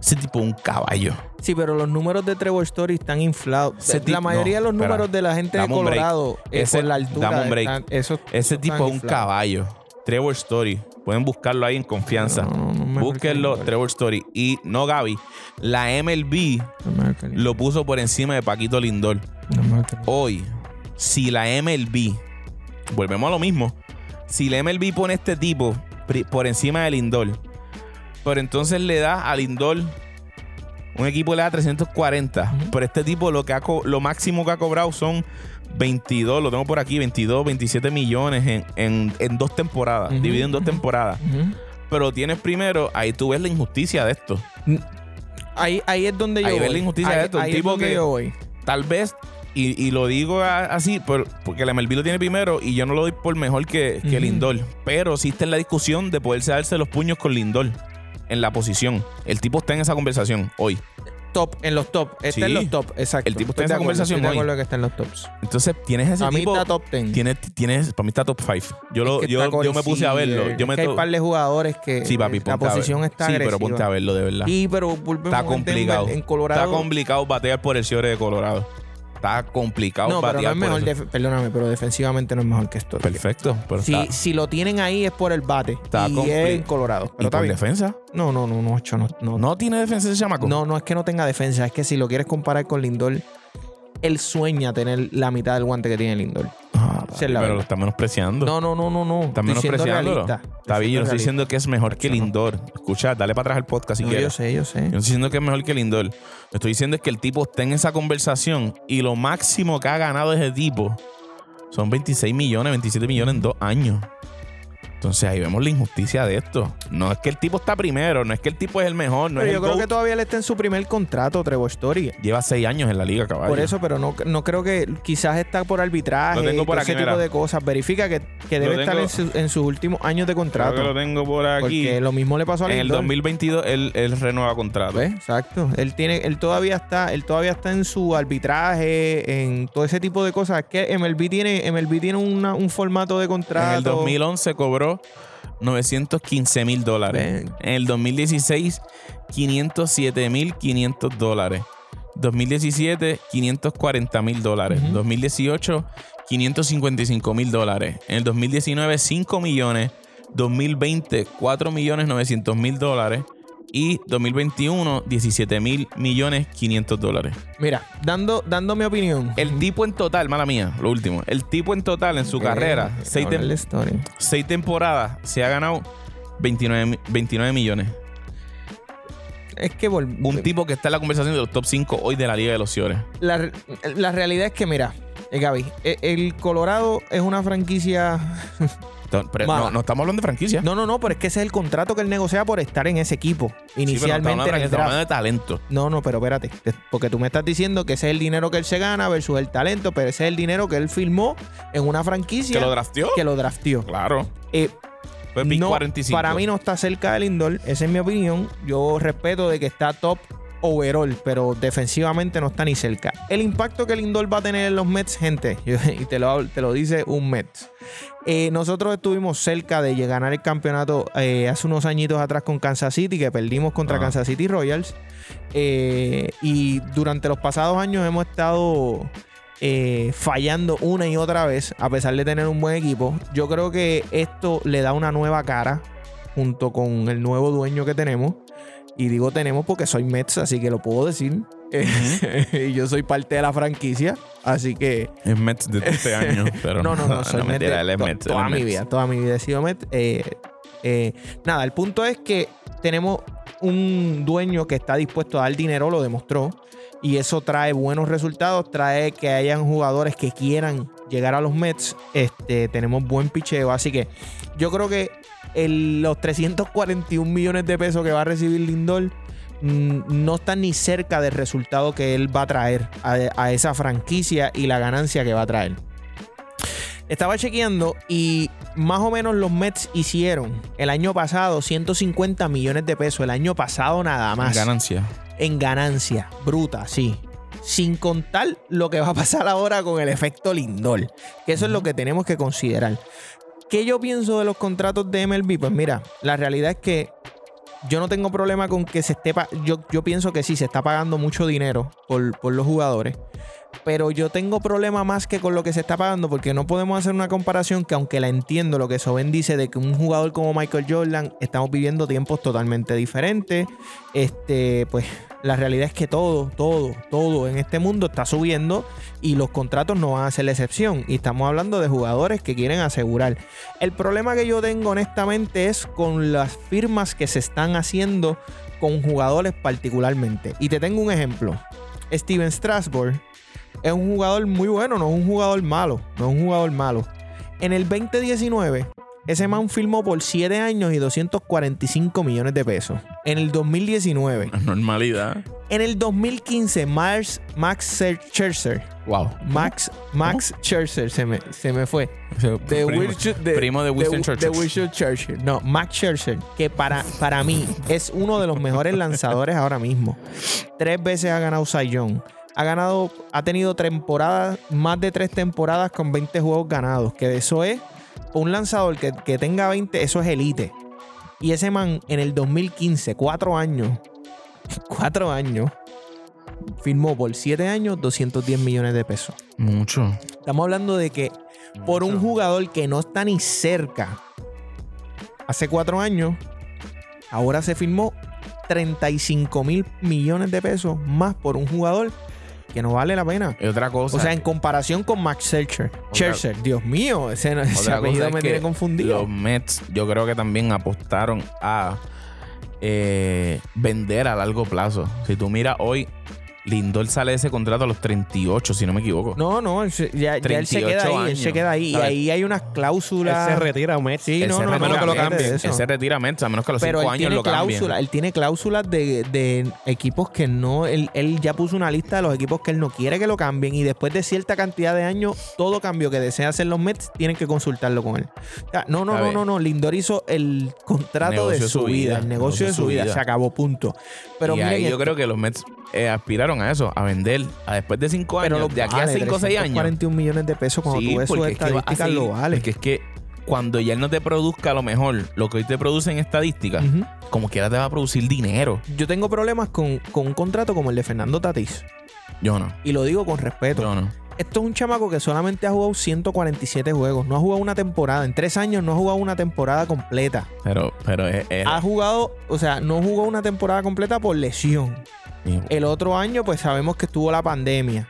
Ese tipo es un caballo.
Sí, pero los números de Trevor Story están inflados.
Ese
la
tipo-
mayoría de los
no,
números
espera.
de la gente de
Dame un break.
Colorado es
Ese-
por la altura.
dame un break.
están- eso,
Ese
eso
tipo
están
es un
inflados.
caballo. Trevor Story. Pueden buscarlo ahí en confianza.
No, no, no me
Búsquenlo,
marquen,
Trevor Story. Y no Gaby. La MLB
no me marquen.
lo puso por encima de Paquito Lindor.
No me marquen.
Hoy, si la MLB, volvemos a lo mismo, si la MLB pone este tipo pri- por encima de Lindor, pero entonces le da a Lindor, un equipo le da 340,
Ujú.
pero este tipo lo, que ha co- lo máximo que ha cobrado son 22, lo tengo por aquí, 22, 27 millones en, en- en dos temporadas,
Ujú,
dividido en dos
ujú.
temporadas.
Ujú.
Pero tienes primero, ahí tú ves la injusticia de esto.
Ahí, ahí es donde yo
Ahí
voy.
ves la injusticia de esto, un
es
tipo
donde
que-
yo voy.
tal vez, y, y lo digo a- así, por- porque la MLB lo tiene primero y yo no lo doy por mejor que, que
Ujú.
Lindor. Pero sí está en la discusión de poderse darse los puños con Lindor en la posición. El tipo está en esa conversación hoy.
Top, en los top. Está
Sí.
en los top, exacto.
El tipo
Estoy
está en
de
esa
acuerdo,
conversación
Estoy de
hoy.
acuerdo que está en los tops.
Entonces, tienes ese
A mí
tipo.
está top 10.
Tienes, tienes, para mí está top 5. Yo, lo,
Es que
yo,
está Corey
yo me puse a verlo.
Seager.
Yo me
Es que hay
to-
un par de jugadores que
sí, papi,
la
ponte a ver.
posición está
Sí,
agresiva.
pero ponte a verlo, de verdad.
Y pero volvemos
está
al tema,
complicado.
En Colorado
Está complicado batear por el cierre de Colorado. Está complicado
No, pero no
batear
es mejor.
por el...
def- Perdóname, pero defensivamente no es mejor que esto.
Perfecto, pero
Si,
está,
si lo tienen ahí es por el bate.
Está
y
compli-
es en Colorado.
y
Pero está
con
bien.
defensa.
No, no, no, no, ocho, no, no, no.
No tiene defensa ese chamaco.
No, es que no tenga defensa. Es que si lo quieres comparar con Lindor, él sueña tener la mitad del guante que tiene Lindor.
Ah,
Esa es la
pero
verdad.
lo está menospreciando.
No, no, no, no, no.
está
Estoy siendo
menospreciándolo.
realista.
Está bien, yo no estoy
siendo
diciendo que es mejor que
Hacho, no.
Lindor. Escucha, dale para atrás el podcast si
realista. No, yo
quieres.
sé, yo sé.
Yo no estoy diciendo que es mejor que Lindor. Lo que estoy diciendo es que el tipo está en esa conversación y lo máximo que ha ganado ese tipo son 26 millones, 27 millones en dos años. Entonces ahí vemos la injusticia de esto. No es que el tipo está primero, no es que el tipo es el mejor, no
pero
es
yo
el
creo
GOAT.
que todavía le está en su primer contrato, Trevor Story.
Lleva seis años en la liga, caballo.
Por eso, pero no, no creo que quizás está por arbitraje,
Lo tengo
y
por
todo
aquí,
ese tipo
mira.
de cosas. Verifica que, que
Lo
debe estar
tengo-
en, su- en sus últimos años de
Creo que
contrato.
lo tengo por aquí.
Porque lo mismo le pasó a
En el
Lindor.
2022 él, él renueva contrato.
¿Ves? Exacto. Él tiene, él todavía está, él todavía está en su arbitraje, en todo ese tipo de cosas. Es que MLB tiene, MLB tiene una- un formato de contrato.
En el 2011 cobró 915 mil dólares.
Ven.
En el 2016, 507 mil 500 dólares. 2017, 540 mil dólares.
Ujú.
2018, 555 mil dólares. En el 2019, 5 millones. 2020, 4 millones 900 mil dólares. Y 2021, 17 mil millones 500 dólares.
Mira, dando, dando mi opinión.
El tipo en total, mala mía, lo último. El tipo en total en su
Eh,
carrera, seis, tem-
el story.
seis temporadas, se ha ganado 29, mi- 29 millones.
Es que vol-
Un tipo que está en la conversación de los top 5 hoy de la Liga de los Ciores.
la, la realidad es que, mira, eh, Gaby, eh, el Colorado es una franquicia
Entonces, pero
Mala.
no, no estamos hablando de franquicia.
No, no, no, pero es que ese es el contrato que él negocia por estar en ese equipo.
Sí, pero no estamos
Inicialmente
hablando de
en el
franquicia, estamos hablando
draft.
de talento.
No, no, pero espérate. te- Porque tú me estás diciendo que ese es el dinero que él se gana versus el talento, pero ese es el dinero que él firmó en una franquicia
¿Que lo drafteó?
que lo draftió.
Claro.
Eh,
Fue pick
no,
45.
Para mí no está cerca del Lindor, esa es mi opinión. Yo respeto de que está top overall, pero defensivamente no está ni cerca. El impacto que Lindor va a tener en los Mets, gente, *laughs* yo- y te lo, hablo- te lo dice un Mets. Eh, nosotros estuvimos cerca de ganar el campeonato eh, hace unos añitos atrás con Kansas City, que perdimos contra
Ah.
Kansas City Royals. Eh, y durante los pasados años hemos estado eh, fallando una y otra vez, a pesar de tener un buen equipo. Yo creo que esto le da una nueva cara junto con el nuevo dueño que tenemos. Y digo tenemos porque soy Mets, así que lo puedo decir. *laughs* Y yo soy parte de la franquicia, así que...
Es Mets de
*laughs*
este año. Pero
No, no,
*laughs*
no, soy Met
mentira,
de-
él es
to-
Mets, él
Toda
es
mi
Mets.
vida, toda mi vida he sido Met. Eh, eh, nada, el punto es que tenemos un dueño que está dispuesto a dar dinero, lo demostró. Y eso trae buenos resultados, trae que hayan jugadores que quieran llegar a los Mets. Este, tenemos buen picheo, así que yo creo que el- los 341 millones de pesos que va a recibir Lindor mm, no están ni cerca del resultado que él va a traer a, a esa franquicia y la ganancia que va a traer. Estaba chequeando y más o menos los Mets hicieron el año pasado 150 millones de pesos, el año pasado nada más
Ganancia.
en ganancia bruta, sí. Sin contar lo que va a pasar ahora con el efecto Lindor. Que eso es lo que tenemos que considerar. ¿Qué yo pienso de los contratos de MLB? Pues mira, la realidad es que yo no tengo problema con que se esté... pa- Yo, yo pienso que sí, se está pagando mucho dinero por, por los jugadores. Pero yo tengo problema más que con lo que se está pagando porque no podemos hacer una comparación que aunque la entiendo lo que Soben dice de que un jugador como Michael Jordan estamos viviendo tiempos totalmente diferentes. Este, pues la realidad es que todo, todo, todo en este mundo está subiendo y los contratos no van a ser la excepción. Y estamos hablando de jugadores que quieren asegurar. El problema que yo tengo honestamente es con las firmas que se están haciendo con jugadores particularmente. Y te tengo un ejemplo. Steven Strasburg es un jugador muy bueno, no es un jugador malo, no es un jugador malo. En el 2019, ese man firmó por 7 años y 245 millones de pesos. En el 2019.
Normalidad.
En el 2015, Mars, Max Scher- Scherzer.
Wow.
Max, Max Scherzer se me, se me fue. De
primo,
Wilshire- de-
primo de Winston
de-
Churchill.
de Wilshire Churchill. No, Max Scherzer, que para, para mí es uno de los mejores lanzadores ahora mismo. Tres veces ha ganado Cy Young. Ha ganado, ha tenido temporadas, más de tres temporadas con 20 juegos ganados. Que eso es un lanzador que, que tenga 20, eso es elite. Y ese man en el 2015, cuatro años, cuatro años, firmó por siete años 210 millones de pesos.
Mucho.
Estamos hablando de que por un jugador que no está ni cerca. Hace cuatro años, ahora se firmó 35 mil millones de pesos más por un jugador que no vale la pena.
Y otra
O
cosa.
sea, en comparación con Max Scherzer. Scherzer, Dios mío, ese, ese
Otra cosa
apellido
es
me
que
tiene confundido.
Los Mets, yo creo que también apostaron a eh, vender a largo plazo. Si tú miras hoy, Lindor sale de ese contrato a los 38, si no me equivoco.
No, no, él se- ya, ya él se queda
38
ahí, él se
años.
queda ahí. Y
A ver.
ahí hay unas
Él
cláusulas.
se retira, Messi.
Sí,
Él
no,
se
no, no,
retira,
menos que lo
Mets.
olvídate de
cambien.
eso.
Él se retira a Mets, a menos que a los
Pero
5
él
años
tiene,
lo cambien.
cláusula, él tiene cláusulas de, de equipos que no. Él, él ya puso una lista de los equipos que él no quiere que lo cambien. Y después de cierta cantidad de años, todo cambio que desea hacer los Mets tienen que consultarlo con él. O sea, no, no,
A
no,
ver.
no, no. Lindor hizo el contrato
Negocio
de su vida, el negocio de su vida. Se acabó, punto. Pero
y
miren
ahí yo
esto.
creo que los Mets eh, aspiraron a eso, a vender a después de 5
Pero
años,
lo
de aquí
vale,
a 5 o 6 años.
41 millones de pesos cuando
Sí,
tú ves sus
porque es que va a
estadísticas,
seguir-
lo vale.
Porque es que cuando ya él no te produzca a lo mejor lo que hoy te produce en estadísticas,
Ujú.
como quiera te va a producir dinero.
Yo tengo problemas con, con un contrato como el de Fernando Tatís.
Yo no.
Y lo digo con respeto.
Yo no.
Esto es un chamaco que solamente ha jugado 147 juegos. No ha jugado una temporada. En tres años no ha jugado una temporada completa.
Pero, pero es. es-
Ha jugado, o sea, no jugó una temporada completa por lesión. El otro año, pues sabemos que estuvo la pandemia.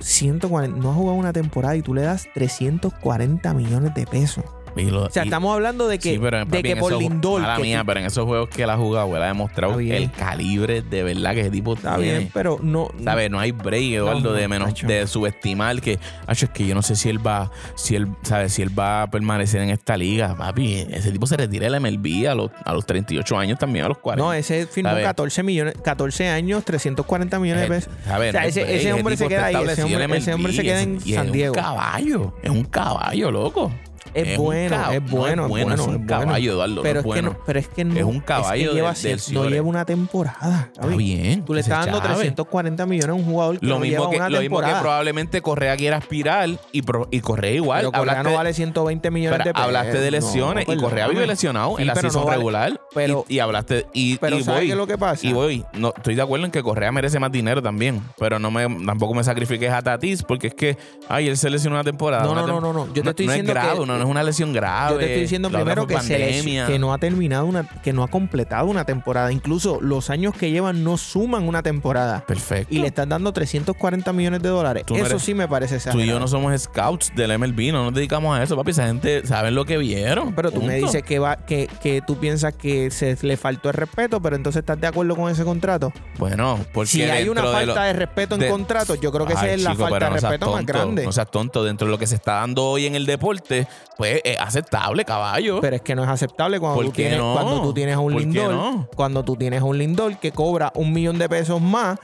140, no ha jugado una temporada y tú le das 340 millones de pesos.
Y lo-
O sea,
y-
estamos hablando de que,
Sí, pero,
de
papi,
que
en
por
esos-
Lindor.
mala
que
mía,
tú-
pero en esos juegos que él ha jugado, él ha demostrado
Está bien.
el calibre de verdad que ese tipo
está
tiene.
bien, pero no.
¿Sabes? No hay break, Eduardo,
no,
de menos
macho.
de subestimar que, "Acho, es que yo no sé si él va, si él, ¿sabes? Si él va a permanecer en esta liga, papi. Ese tipo se retira de la MLB a los, a los 38 años también, a los 40.
No, ese firmó
¿Sabes?
14 millones, 14 años, 340 millones de
Eh,
pesos. pues,
¿sabes?
O sea,
No hay
ese-
break,
ese hombre se
tipo
queda
está
ahí, ese hombre-
establecido en
ese hombre se
MLB,
queda
ese-
en
y
San Diego.
Es un caballo, es un caballo, loco.
Es,
un
bueno,
cab-
es
no,
bueno, es bueno,
es un
es bueno.
caballo, Eduardo.
pero,
no
es que no, pero es que no.
Es un caballo
lleva
del- del
cien- No
Ciore.
lleva una temporada.
Está
Javi.
bien.
Tú le
ese
estás dando
Chávez.
340 millones a un jugador que
lo
no
mismo
lleva
que,
una
lo mismo que
temporada.
probablemente Correa quiera aspirar y, pro- y Correa igual.
pero Correa
Hablaste
no
de-
vale 120 millones
espera,
de pesos.
hablaste de lesiones
No,
y Correa
perdóname.
vive lesionado
Sí,
en la
pero no
season
vale.
regular.
Pero-
y, y hablaste. Y,
Pero
y
¿sabes
voy,
qué es lo que pasa?
Y voy. No, estoy de acuerdo en que Correa merece más dinero también. Pero no me, tampoco me sacrifiques a Tatis porque es que, ay, él se lesionó una temporada.
No,
una
no,
tem-
no, no, no. Yo te estoy diciendo
es grave,
que-
no, no es una lesión grave.
Yo te estoy diciendo
La otra
primero
fue
que, se les-
pandemia.
que no ha terminado una, que no ha completado una temporada. Incluso los años que llevan no suman una temporada.
Perfecto.
Y le estás dando 340 millones de dólares.
Tú no
Eso
eres-
sí me parece
Tú
exagerado.
y yo no somos scouts del MLB, no nos dedicamos a eso, papi. Esa gente sabe lo que vieron.
Pero tú me
punto.
dices que va, que, que tú piensas que se le faltó el respeto, pero entonces estás de acuerdo con ese contrato.
Bueno, porque
Si hay una
dentro
falta
de
de,
lo-
respeto en
de-
contrato, yo creo que
Ay,
esa es la
chico,
falta
pero
de
no seas
respeto más
tonto,
grande.
No seas tonto. Dentro de lo que se está dando hoy en el deporte, pues es aceptable, caballo.
Pero es que no es aceptable cuando,
¿Por
tú
qué
tienes,
no?
cuando tú tienes a un
¿Por qué
Lindor.
no?
Cuando tú tienes a un Lindor que cobra un millón de pesos más,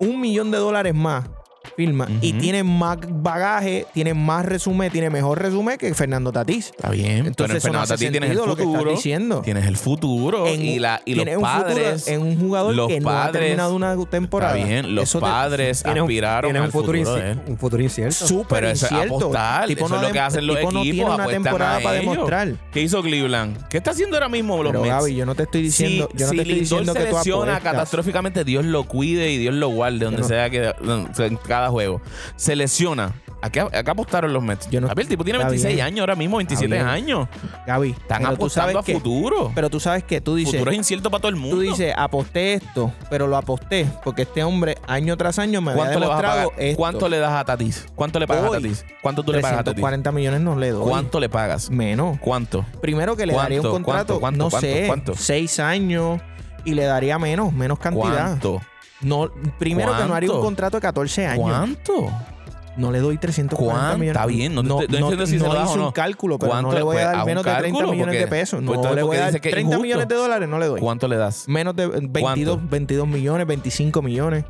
un millón de dólares más, firma, y
Ujú.
tiene más bagaje, tiene más resumen, tiene mejor resumen que Fernando Tatís.
está bien.
Entonces
pero
eso no
Fernando
hace
Tatís tienes el
sentido lo que estás
futuro.
diciendo.
Tienes el futuro
En-
y, la, y
tiene
los
un futuro
padres.
en un jugador
los
que no ha
padres-
terminado una
Está
temporada.
bien, los
Eso te-
padres
Tiene un-
aspiraron
tiene un
al
futuro,
futuro
inci-
de él.
un futuro incierto.
súper
Pero eso es
incierto.
apostar,
Tipo
eso es
no em
lo que hacen los
tipo
equipos.
no tiene una
apuestan a
temporada para
ellos.
demostrar.
¿Qué hizo Cleveland? ¿Qué está haciendo ahora mismo los
Pero
Mets?
Gaby, yo no te estoy diciendo, yo no
si
te estoy
Lindor
diciendo
se
que tú
lesiona
apuestas.
catastróficamente, Dios lo cuide y Dios lo guarde donde
no-
sea que en cada juego. Se lesiona. ¿A qué, a qué apostaron los Mets?
Yo no-
Papi, el tipo tiene
Está
26
bien.
años ahora mismo, 27
bien.
años.
Gaby,
Están
pero tú sabes
apostando a
que-
futuro.
Pero tú sabes que tú dices,
futuro es incierto para todo el mundo.
tú dices, aposté esto, pero lo aposté porque este hombre año tras año me había
¿Cuánto le vas a
demostrado
pagar?
esto.
¿Cuánto le das a Tatis? ¿Cuánto le pagas
Hoy,
a Tatis? ¿Cuánto tú le pagas a Tatis?
340 millones no le doy.
¿Cuánto le pagas?
Menos.
¿Cuánto?
Primero que le daría un
¿Cuánto?
contrato,
¿Cuánto? ¿Cuánto?
no
¿Cuánto?
sé,
¿Cuánto?
seis años y le daría menos, menos cantidad.
¿Cuánto?
No, primero que no haría un
¿Cuánto?
contrato de 14 años.
¿Cuánto?
No le doy 340
¿Cuánto?
millones.
Está bien, no te estoy- no entiendo si se lo das o
hice un
no.
cálculo, pero no
¿Cuánto
le voy
le-
a dar
a un
menos de 30
cálculo?
millones de
Porque-
pesos.
pues
No
entonces,
le voy
porque
a dar
dice que es
30 millones de
injusto.
dólares, no le doy.
¿Cuánto le das?
Menos de 22, 22 millones, 25 millones.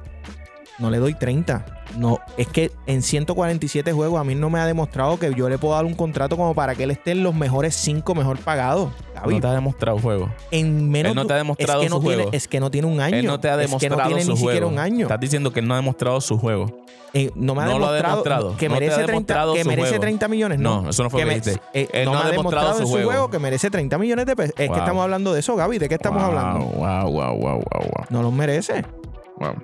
No le doy 30. No, es que en 147 juegos a mí no me ha demostrado que yo le puedo dar un contrato como para que él esté en los mejores 5 mejor pagados. Gaby,
No te ha demostrado juego.
en menos
Él no
de-
te ha demostrado
es que
su
no tiene,
juego.
Es que no tiene un año.
Él Eh, no te ha
Es que
demostrado
no tiene
su
ni
juego.
siquiera un año.
Estás diciendo que él no ha demostrado su juego.
Eh, no me ha,
No lo ha
demostrado,
demostrado.
que
No te
merece,
ha
30,
demostrado
que
su
merece
juego.
30 millones. No,
No, eso no fue lo que
me-
dijiste.
eh,
Él
no, me ha demostrado,
su
en su juego.
juego.
que merece 30 millones de pesos. Es que
Wow.
estamos hablando de eso, Gaby. ¿De qué estamos
Wow,
hablando?
Wow, wow, wow, wow, wow.
No los merece.
wow.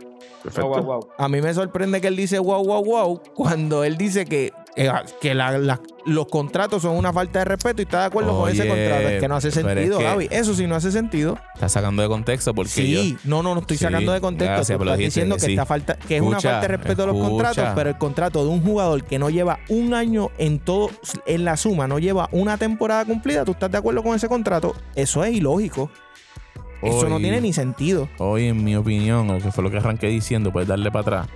Perfecto.
A mí me sorprende que él dice wow, wow, wow cuando él dice que, eh, que la- la- los contratos son una falta de respeto y está de acuerdo con ese
Oye,
contrato. Es que no hace
pero es
sentido,
que-
Gaby. Eso sí no hace sentido.
Estás sacando de contexto porque
Sí,
yo...
no, no, no estoy
Sí,
sacando de contexto.
gracias,
Tú
pero
estás
dijiste
diciendo
que
que,
sí.
está falta, que es una
Escucha,
falta de respeto a los
escucha.
contratos, pero el contrato de un jugador que no lleva un año en todo, en la suma, no lleva una temporada cumplida, ¿tú estás de acuerdo con ese contrato? Eso es ilógico. Eso no
Hoy-
tiene ni sentido.
Hoy, en mi opinión, o que fue lo que arranqué diciendo, puedes darle para atrás.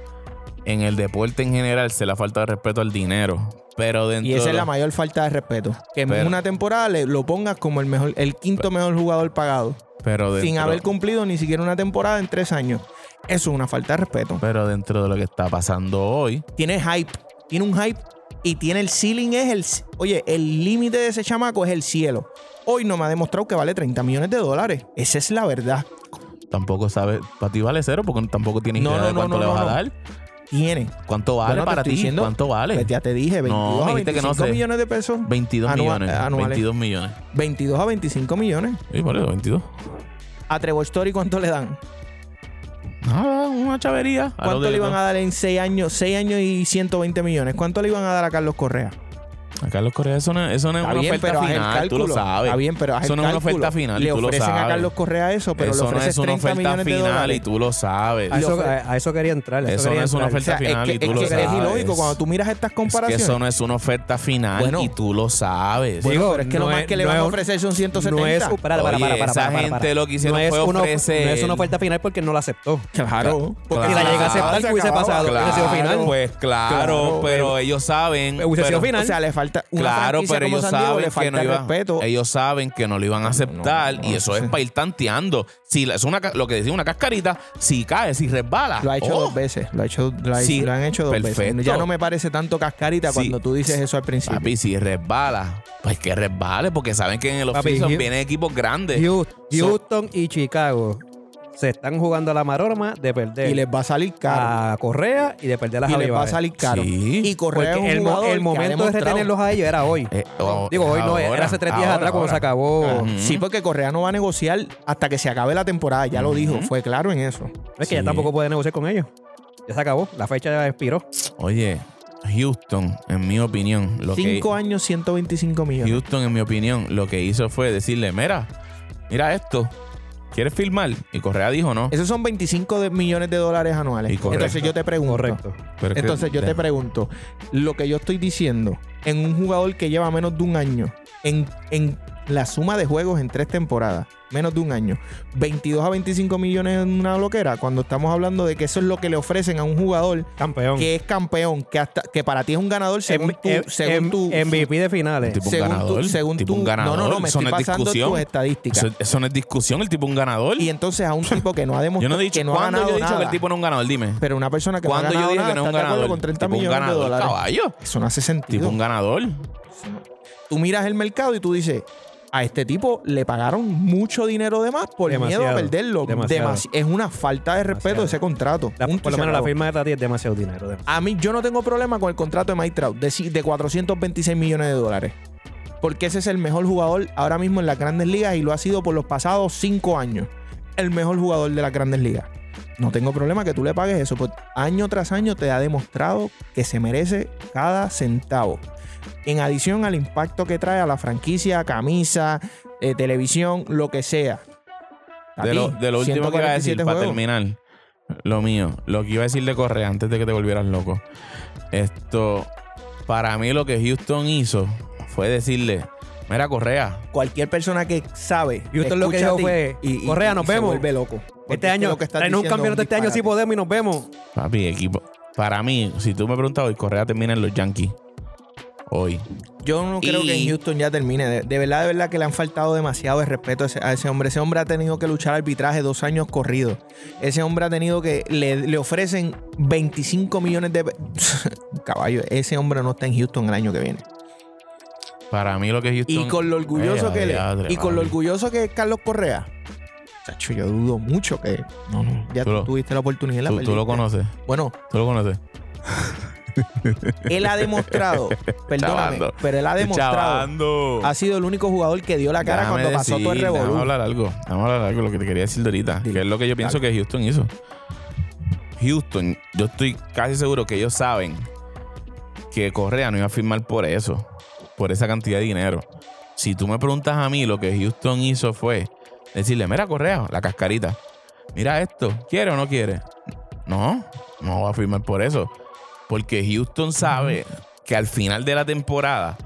En el deporte en general se la falta de respeto al dinero. Pero dentro
Y esa
de
es la
lo-
mayor falta de respeto. Que en
Pero-
una temporada le- lo pongas como el mejor, el quinto mejor jugador pagado.
pero dentro,
Sin haber cumplido ni siquiera una temporada en tres años. Eso es una falta de respeto.
Pero dentro de lo que está pasando hoy,
tiene hype, tiene un hype y tiene el ceiling es el, oye, el límite de ese chamaco es el cielo. Hoy no me ha demostrado que vale 30 millones de dólares. Esa es la verdad.
tampoco sabes. Para ti vale cero porque tampoco tienes
No,
idea de
no, no,
cuánto
no,
le vas
no,
a
no.
dar.
Tiene.
¿Cuánto vale
Bueno, te
para
estoy
ti?
diciendo-
¿Cuánto vale?
Pues ya te dije, 22
No,
a
me dijiste que
25
no sé.
millones de pesos.
22
anua-
millones.
anuales.
22 millones.
22 a 25 millones.
Sí, por eso, 22.
A Trevor Story, ¿cuánto le dan? Ah,
Nada, una chavería.
¿Cuánto le iban a dar en 6 años? 6 años y 120 millones. ¿Cuánto le iban a dar a Carlos Correa?
A Carlos Correa, eso no, eso no es
Está
una
bien, pero
oferta
haz el
final, tú
cálculo.
lo sabes.
Está bien, pero haz el
Eso no es una
cálculo.
oferta final,
Le
y tú lo
ofrecen
sabes.
a Carlos Correa eso, pero le
eso no
ofreces
es una
30
oferta
millones de
final
dólares.
y tú lo sabes.
A
Y
eso,
ofre-
a- a eso quería entrar. a eso
Eso no
quería
es una
entrar.
O
oferta
sea, es
final
que,
y tú
es,
lo
que
sabes.
es ilógico cuando tú miras estas
Es que
comparaciones.
eso no es una oferta final
Bueno.
y tú lo sabes.
Bueno,
Digo, pero es que lo
no
más
es-
que le
no
van a
es-
ofrecer son 170.
No es, para, para, para,
Oye,
para, para,
esa
para, para.
gente lo que hicieron
no es
fue
una,
ofrecer-
No es una oferta final porque no la aceptó.
Claro.
Porque si la llega a aceptar,
se
hubiese
acababa.
pasado. hubiese sido final.
Pues claro,
Claro,
pero ellos saben.
Hubiese
pero-
sido final.
O sea, le falta una
Claro,
franquicia
pero
como
ellos
San Diego,
saben
le
que
falta
no iban,
respeto.
ellos saben que no lo iban a aceptar
no,
y eso
sí.
es para ir tanteando. Si la- es una ca- lo que decía una cascarita, si cae, si resbala.
Lo ha hecho
oh,
dos veces. Lo, ha hecho, lo, ha-
Sí,
lo han hecho dos
perfecto.
veces. Ya no me parece tanto cascarita
Sí.
cuando tú dices eso al principio.
Papi, si resbala, pues que resbale, porque saben que en el
Papi,
oficio
Hu-
vienen equipos grandes.
Houston, Houston y Chicago se están jugando a la maroma de perder
y les va a salir caro.
a Correa y de perder a
y
Javi
les va a
Baez.
salir caro.
Sí.
Y Correa
Porque
es
el,
un
mo-
jugador
el
que ha
momento de
demostrado-
retenerlos a ellos era hoy.
Eh, oh,
Digo, hoy no,
ahora,
era hace tres días
ahora,
atrás cuando se
ahora.
acabó.
Ujú.
Sí, porque Correa no va a negociar hasta que se acabe la temporada. Ya lo dijo. Fue claro en eso.
No, Es que ya
Sí.
tampoco puede negociar con ellos. Ya se acabó. La fecha ya expiró.
Oye, Houston, en mi opinión, lo que
Cinco años, 125 millones.
Houston, en mi opinión, lo que hizo fue decirle, mira, mira esto, ¿quieres filmar? Y Correa dijo no.
Esos son 25 de- millones de dólares anuales.
Y correcto.
Entonces yo te pregunto.
Correcto.
Pero es que-
Entonces yo te pregunto, lo que yo estoy diciendo en un jugador que lleva menos de un año, en, en la suma de juegos en tres temporadas, menos de un año, 22 a 25 millones en una loquera, cuando estamos hablando de que eso es lo que le ofrecen a un jugador
Campeón.
que es campeón, que hasta que para ti es un ganador según
Em-
tu-
em-
según
em-
tu-
MVP de finales.
Tipo un
según
ganador,
tu- según
tipo
tu-
un ganador,
No, no, no, me
eso
estoy
no es
pasando
discusión.
tus estadísticas.
Eso, eso no es discusión, el tipo es un ganador.
y entonces a un tipo que no ha
*laughs* yo
demostrado
no he dicho
que no ha
cuándo
ganado
yo he dicho
nada,
que el tipo no es un ganador, dime.
pero una persona que no ha
¿Cuándo yo
ganado
dije
nada,
que no es un
está de acuerdo
ganador?
con 30
Tipo un
millones de
ganador,
dólares.
caballo.
Eso no hace sentido.
Tipo un ganador.
tú miras el mercado y tú dices, a este tipo le pagaron mucho dinero de más por
Demasiado.
miedo a perderlo.
Demasiado.
Demasi- es una falta de respeto
Demasiado.
de ese contrato.
La-
Punto,
por lo
se
menos la
acabó.
firma de Tati es demasiado dinero. demasiado.
A mí yo no tengo problema con el contrato de Mike Trout de, ci- de 426 millones de dólares. Porque ese es el mejor jugador ahora mismo en las grandes ligas y lo ha sido por los pasados cinco años. El mejor jugador de las grandes ligas. No tengo problema que tú le pagues eso. Porque año tras año te ha demostrado que se merece cada centavo. En adición al impacto que trae a la franquicia, camisa, eh, televisión, lo que sea.
De lo,
Tati,
de lo último que iba a decir
147
para
juegos.
terminar, lo mío, lo que iba a decir de Correa antes de que te volvieras loco. Esto, para mí lo que Houston hizo fue decirle, mira Correa,
cualquier persona que sabe.
Y usted lo que
escucha a
dijo
ti
fue, "Correa, nos vemos".
Se vuelve loco. Porque
Este
es que
año,
lo que estás
en un
diciendo es
campeonato este año sí
disparate.
podemos y nos vemos.
papi, equipo. Para mí, si tú me preguntas hoy, Correa termina en los Yankees. Hoy.
Yo no creo
Y-
que en Houston ya termine. De, de verdad, de verdad que le han faltado demasiado de respeto a ese, a ese hombre. Ese hombre ha tenido que luchar arbitraje dos años corridos. Ese hombre ha tenido que. Le, le ofrecen 25 millones de. pe- *laughs* Caballo, ese hombre no está en Houston el año que viene.
Para mí lo que Houston...
Y con lo orgulloso
Eh,
que le.
adiadre,
Y con lo
papi.
orgulloso que es Carlos Correa. Chacho, yo dudo mucho que. No, no. Ya
Tú lo-
tuviste la oportunidad. y la
Tú, tú
perdiste.
lo conoces,
Bueno,
tú lo conoces.
Él ha
*laughs*
demostrado, perdóname,
Chavando.
pero él ha demostrado.
Chavando.
Ha sido el único jugador que dio la cara
Déjame
cuando pasó
decir,
todo el
Déjame
revolú.
hablar algo. Déjame hablar algo, lo que te quería decir de ahorita.
Dile.
Que es lo que yo pienso que Houston hizo. Houston, yo estoy casi seguro que ellos saben que Correa no iba a firmar por eso. Por esa cantidad de dinero. Si tú me preguntas a mí, lo que Houston hizo fue decirle, mira Correa, la cascarita. Mira esto, ¿quiere o no quiere? No, no va a firmar por eso. Porque Houston sabe que al final de la temporada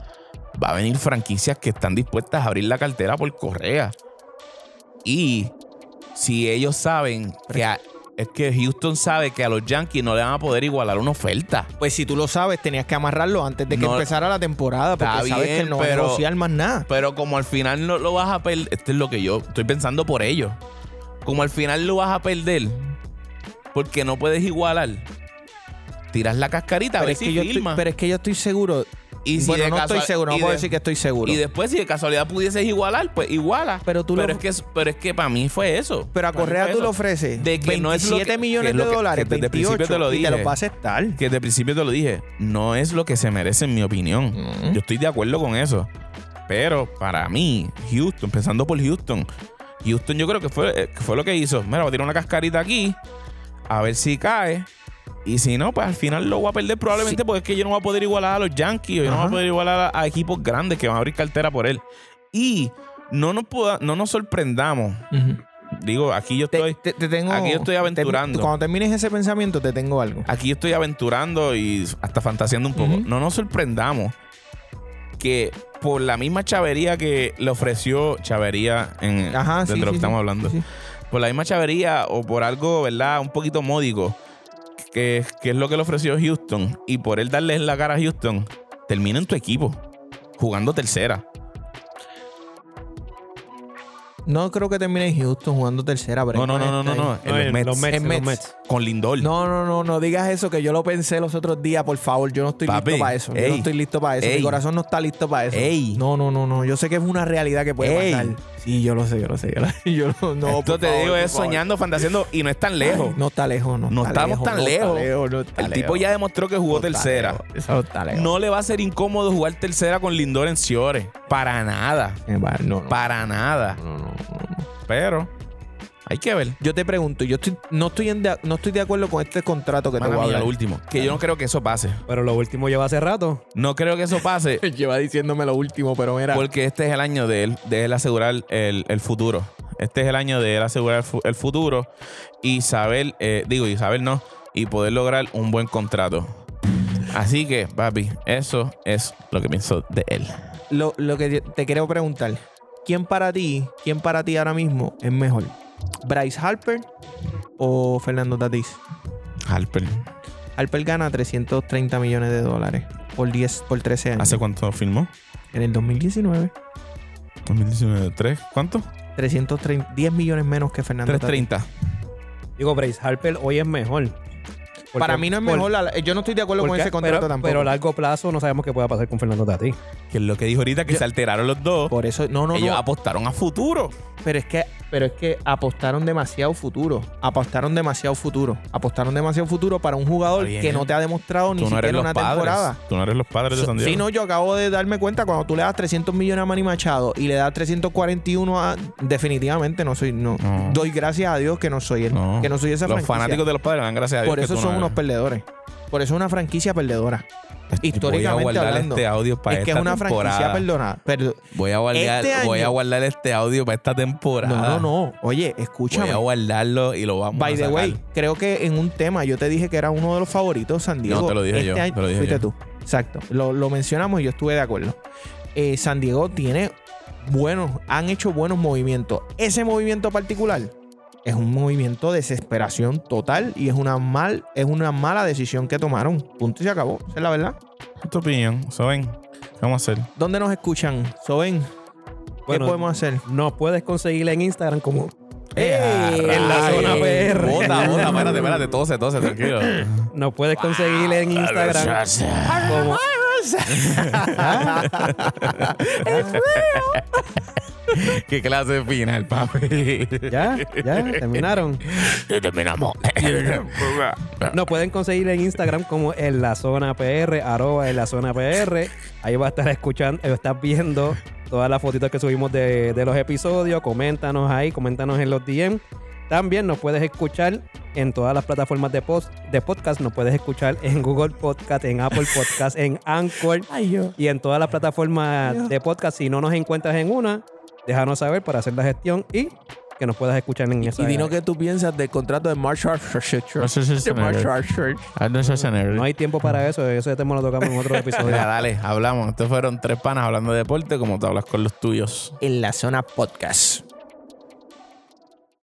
va a venir franquicias que están dispuestas a abrir la cartera por Correa. Y si ellos saben que a- es que Houston sabe que a los Yankees no le van a poder igualar una oferta.
Pues si tú lo sabes, tenías que amarrarlo antes de que
No.
empezara la temporada, porque
Está
sabes
bien,
que él no va a
pero-
negociar más nada.
Pero como al final no lo vas a perder, esto es lo que yo estoy pensando por ellos. Como al final lo vas a perder, porque no puedes igualar. Tiras la cascarita, a
Pero
ver
es,
si
que yo estoy,
firma.
pero es que yo estoy seguro.
y si
bueno,
de
no estoy
casual-
seguro, no
y
puedo
de-
decir que estoy seguro.
Y después, si de casualidad pudieses igualar, pues iguala.
Pero tú lo-
es que es- pero es que para mí fue eso.
pero a
Para mí
Correa
fue
tú
eso.
le ofreces
De que
27
no es lo que-
millones
que es lo
de
que-
dólares,
que desde el
28,
principio te lo
y te
dije.
los va a aceptar.
Que desde el principio te lo dije, no es lo que se merece en mi opinión.
Mm.
Yo estoy de acuerdo con eso. Pero para mí, Houston, pensando por Houston, Houston yo creo que fue, eh, que fue lo que hizo. Mira, voy a tirar una cascarita aquí, a ver si cae. Y si no, pues al final lo voy a perder probablemente porque es que yo no voy a poder igualar a los Yankees o yo no voy
Ajá.
a poder igualar a, a equipos grandes que van a abrir cartera por él. Y no nos, poda- no nos sorprendamos.
Ujú.
Digo, aquí yo
Te-
estoy,
te- te tengo-
aquí yo estoy
te-
aventurando.
cuando termines ese pensamiento, te tengo algo.
aquí yo estoy aventurando y hasta fantaseando un poco.
Ujú.
No nos sorprendamos que por la misma chavería que le ofreció chavería en,
Ajá,
de
sí,
lo
sí,
que estamos
sí.
hablando.
Sí, sí.
por la misma chavería o por algo, ¿verdad? Un poquito módico, que, que es lo que le ofreció Houston, y por él darle la cara a Houston, termina en tu equipo, jugando tercera.
No creo que termine en Houston jugando tercera. pero
No, no,
es
no, no, no,
esta
no,
ahí.
en los Mets,
en Mets.
con Lindor.
No, no, no, no digas eso que yo lo pensé los otros días, por favor. Yo no estoy
Papi,
listo para eso. yo
ey,
no estoy listo para eso.
ey.
Mi corazón no está listo para eso.
Ey.
No, no, no, no. Yo sé que es una realidad que puede
Ey.
pasar. Sí, yo lo sé, yo lo sé. *laughs* Yo, lo- yo lo- no,
Esto
por
te
favor,
digo
por
es
favor.
soñando, fantaseando, y no es tan lejos.
No está lejos, no.
No
está
estamos tan
no
lejos.
Está lejos no está
El tipo
lejos.
ya demostró que jugó
No está
tercera.
lejos, Eso no está lejos.
No le va a ser incómodo jugar tercera con Lindor en Ciores. Para nada.
Eh, va, no, no.
Para nada.
No, no, no, no.
Pero hay que ver.
Yo te pregunto, yo estoy- no, estoy en de, no estoy de acuerdo con este contrato que te
Mala
voy a
mía,
hablar.
lo último. Que yo no creo que eso pase.
Pero lo último lleva hace rato.
No creo que eso
*laughs*
pase.
Lleva diciéndome lo último, pero mira.
Porque este es el año de él, de él asegurar el, el futuro. Este es el año de él asegurar el, fu- el futuro y saber, eh, digo, y saber no, y poder lograr un buen contrato. Así que, papi, eso es lo que pienso de él.
Lo, lo que te quiero preguntar, ¿quién para ti, quién para ti ahora mismo es mejor? ¿Bryce Harper o Fernando Tatís?
Harper.
Harper gana 330 millones de dólares por 10, por 13 años.
¿Hace cuánto filmó?
En el 2019,
2019, ¿tres? ¿Cuánto?
330, 10 millones menos que Fernando Tatis.
330.
Digo, Bryce Harper hoy es mejor. Porque-
Para mí no es
por-
mejor, la- yo no estoy de acuerdo con
porque-
ese contrato
pero,
tampoco.
Pero a largo plazo no sabemos qué pueda pasar con Fernando Tati.
Que es lo que dijo ahorita, que se alteraron los dos.
por eso, no, no,
Ellos
no,
apostaron a futuro.
Pero es que, pero es que apostaron demasiado futuro. Apostaron demasiado futuro. Apostaron demasiado futuro para un jugador
Está bien.
que no te ha demostrado ni
Tú no eres
siquiera
los
una
padres.
temporada.
Tú no eres los padres de San Diego.
Sí, no, yo acabo de darme cuenta cuando tú le das 300 millones a Manny Machado y le das 341 a. Definitivamente no soy. No.
No.
Doy gracias a Dios que no soy él.
No.
Que no soy esa
Los
franquicia.
fanáticos de los padres le dan gracias a Dios.
Por
que
eso
tú no
son
eres. Pues,
unos perdedores. Por eso es una franquicia perdedora.
Voy a
Históricamente
guardar
hablando.
este audio para
es que es
esta
una franquicia
temporada.
perdonada. Perdo-
Voy a guardar,
Este año-
voy a guardar este audio para esta temporada.
no, no, no. Oye, escúchame.
Voy a guardarlo y lo vamos
By
a
the
sacar.
way, creo que en un tema yo te dije que era uno de los favoritos San Diego.
No, te lo dije
Este
yo,
año-
te lo dije
fuiste
yo.
tú. Exacto. Lo, lo mencionamos y yo estuve de acuerdo. Eh, San Diego tiene buenos, han hecho buenos movimientos. Ese movimiento particular es un movimiento de desesperación total y es una mal, es una mala decisión que tomaron. Punto y se acabó. Esa es la verdad.
tu opinión, ¿saben? Vamos a hacer.
¿Dónde nos escuchan? Soben, ¿qué
Bueno,
podemos hacer? Eh,
Nos puedes conseguir en Instagram como
¡Eh,
en la zona pues.
PR.
Bota, bota, espérate, espérate, tose, tose, tranquilo.
Nos puedes conseguir en Instagram como
Qué clase final, papi.
ya, ya terminaron.
Terminamos.
Nos pueden conseguir en Instagram como en la zona PR, arroba en la zona PR. Ahí va a estar escuchando, eh, estás viendo todas las fotitos que subimos de, de los episodios. Coméntanos ahí, coméntanos en los DM. También nos puedes escuchar en todas las plataformas de, post, de podcast. Nos puedes escuchar en Google Podcast, en Apple Podcast, en Anchor
Ay, yo.
y en todas las plataformas de podcast. Si no nos encuentras en una, déjanos saber para hacer la gestión y que nos puedas escuchar en esa.
Y dinos qué tú piensas del contrato de Marshall
Este
De Marshall Schwarzenegger.
No hay tiempo para eso, ese tema lo tocamos en otro
*laughs*
episodio.
Mira, dale, hablamos. Estos fueron tres panas hablando de deporte como tú hablas con los tuyos.
en la zona podcast.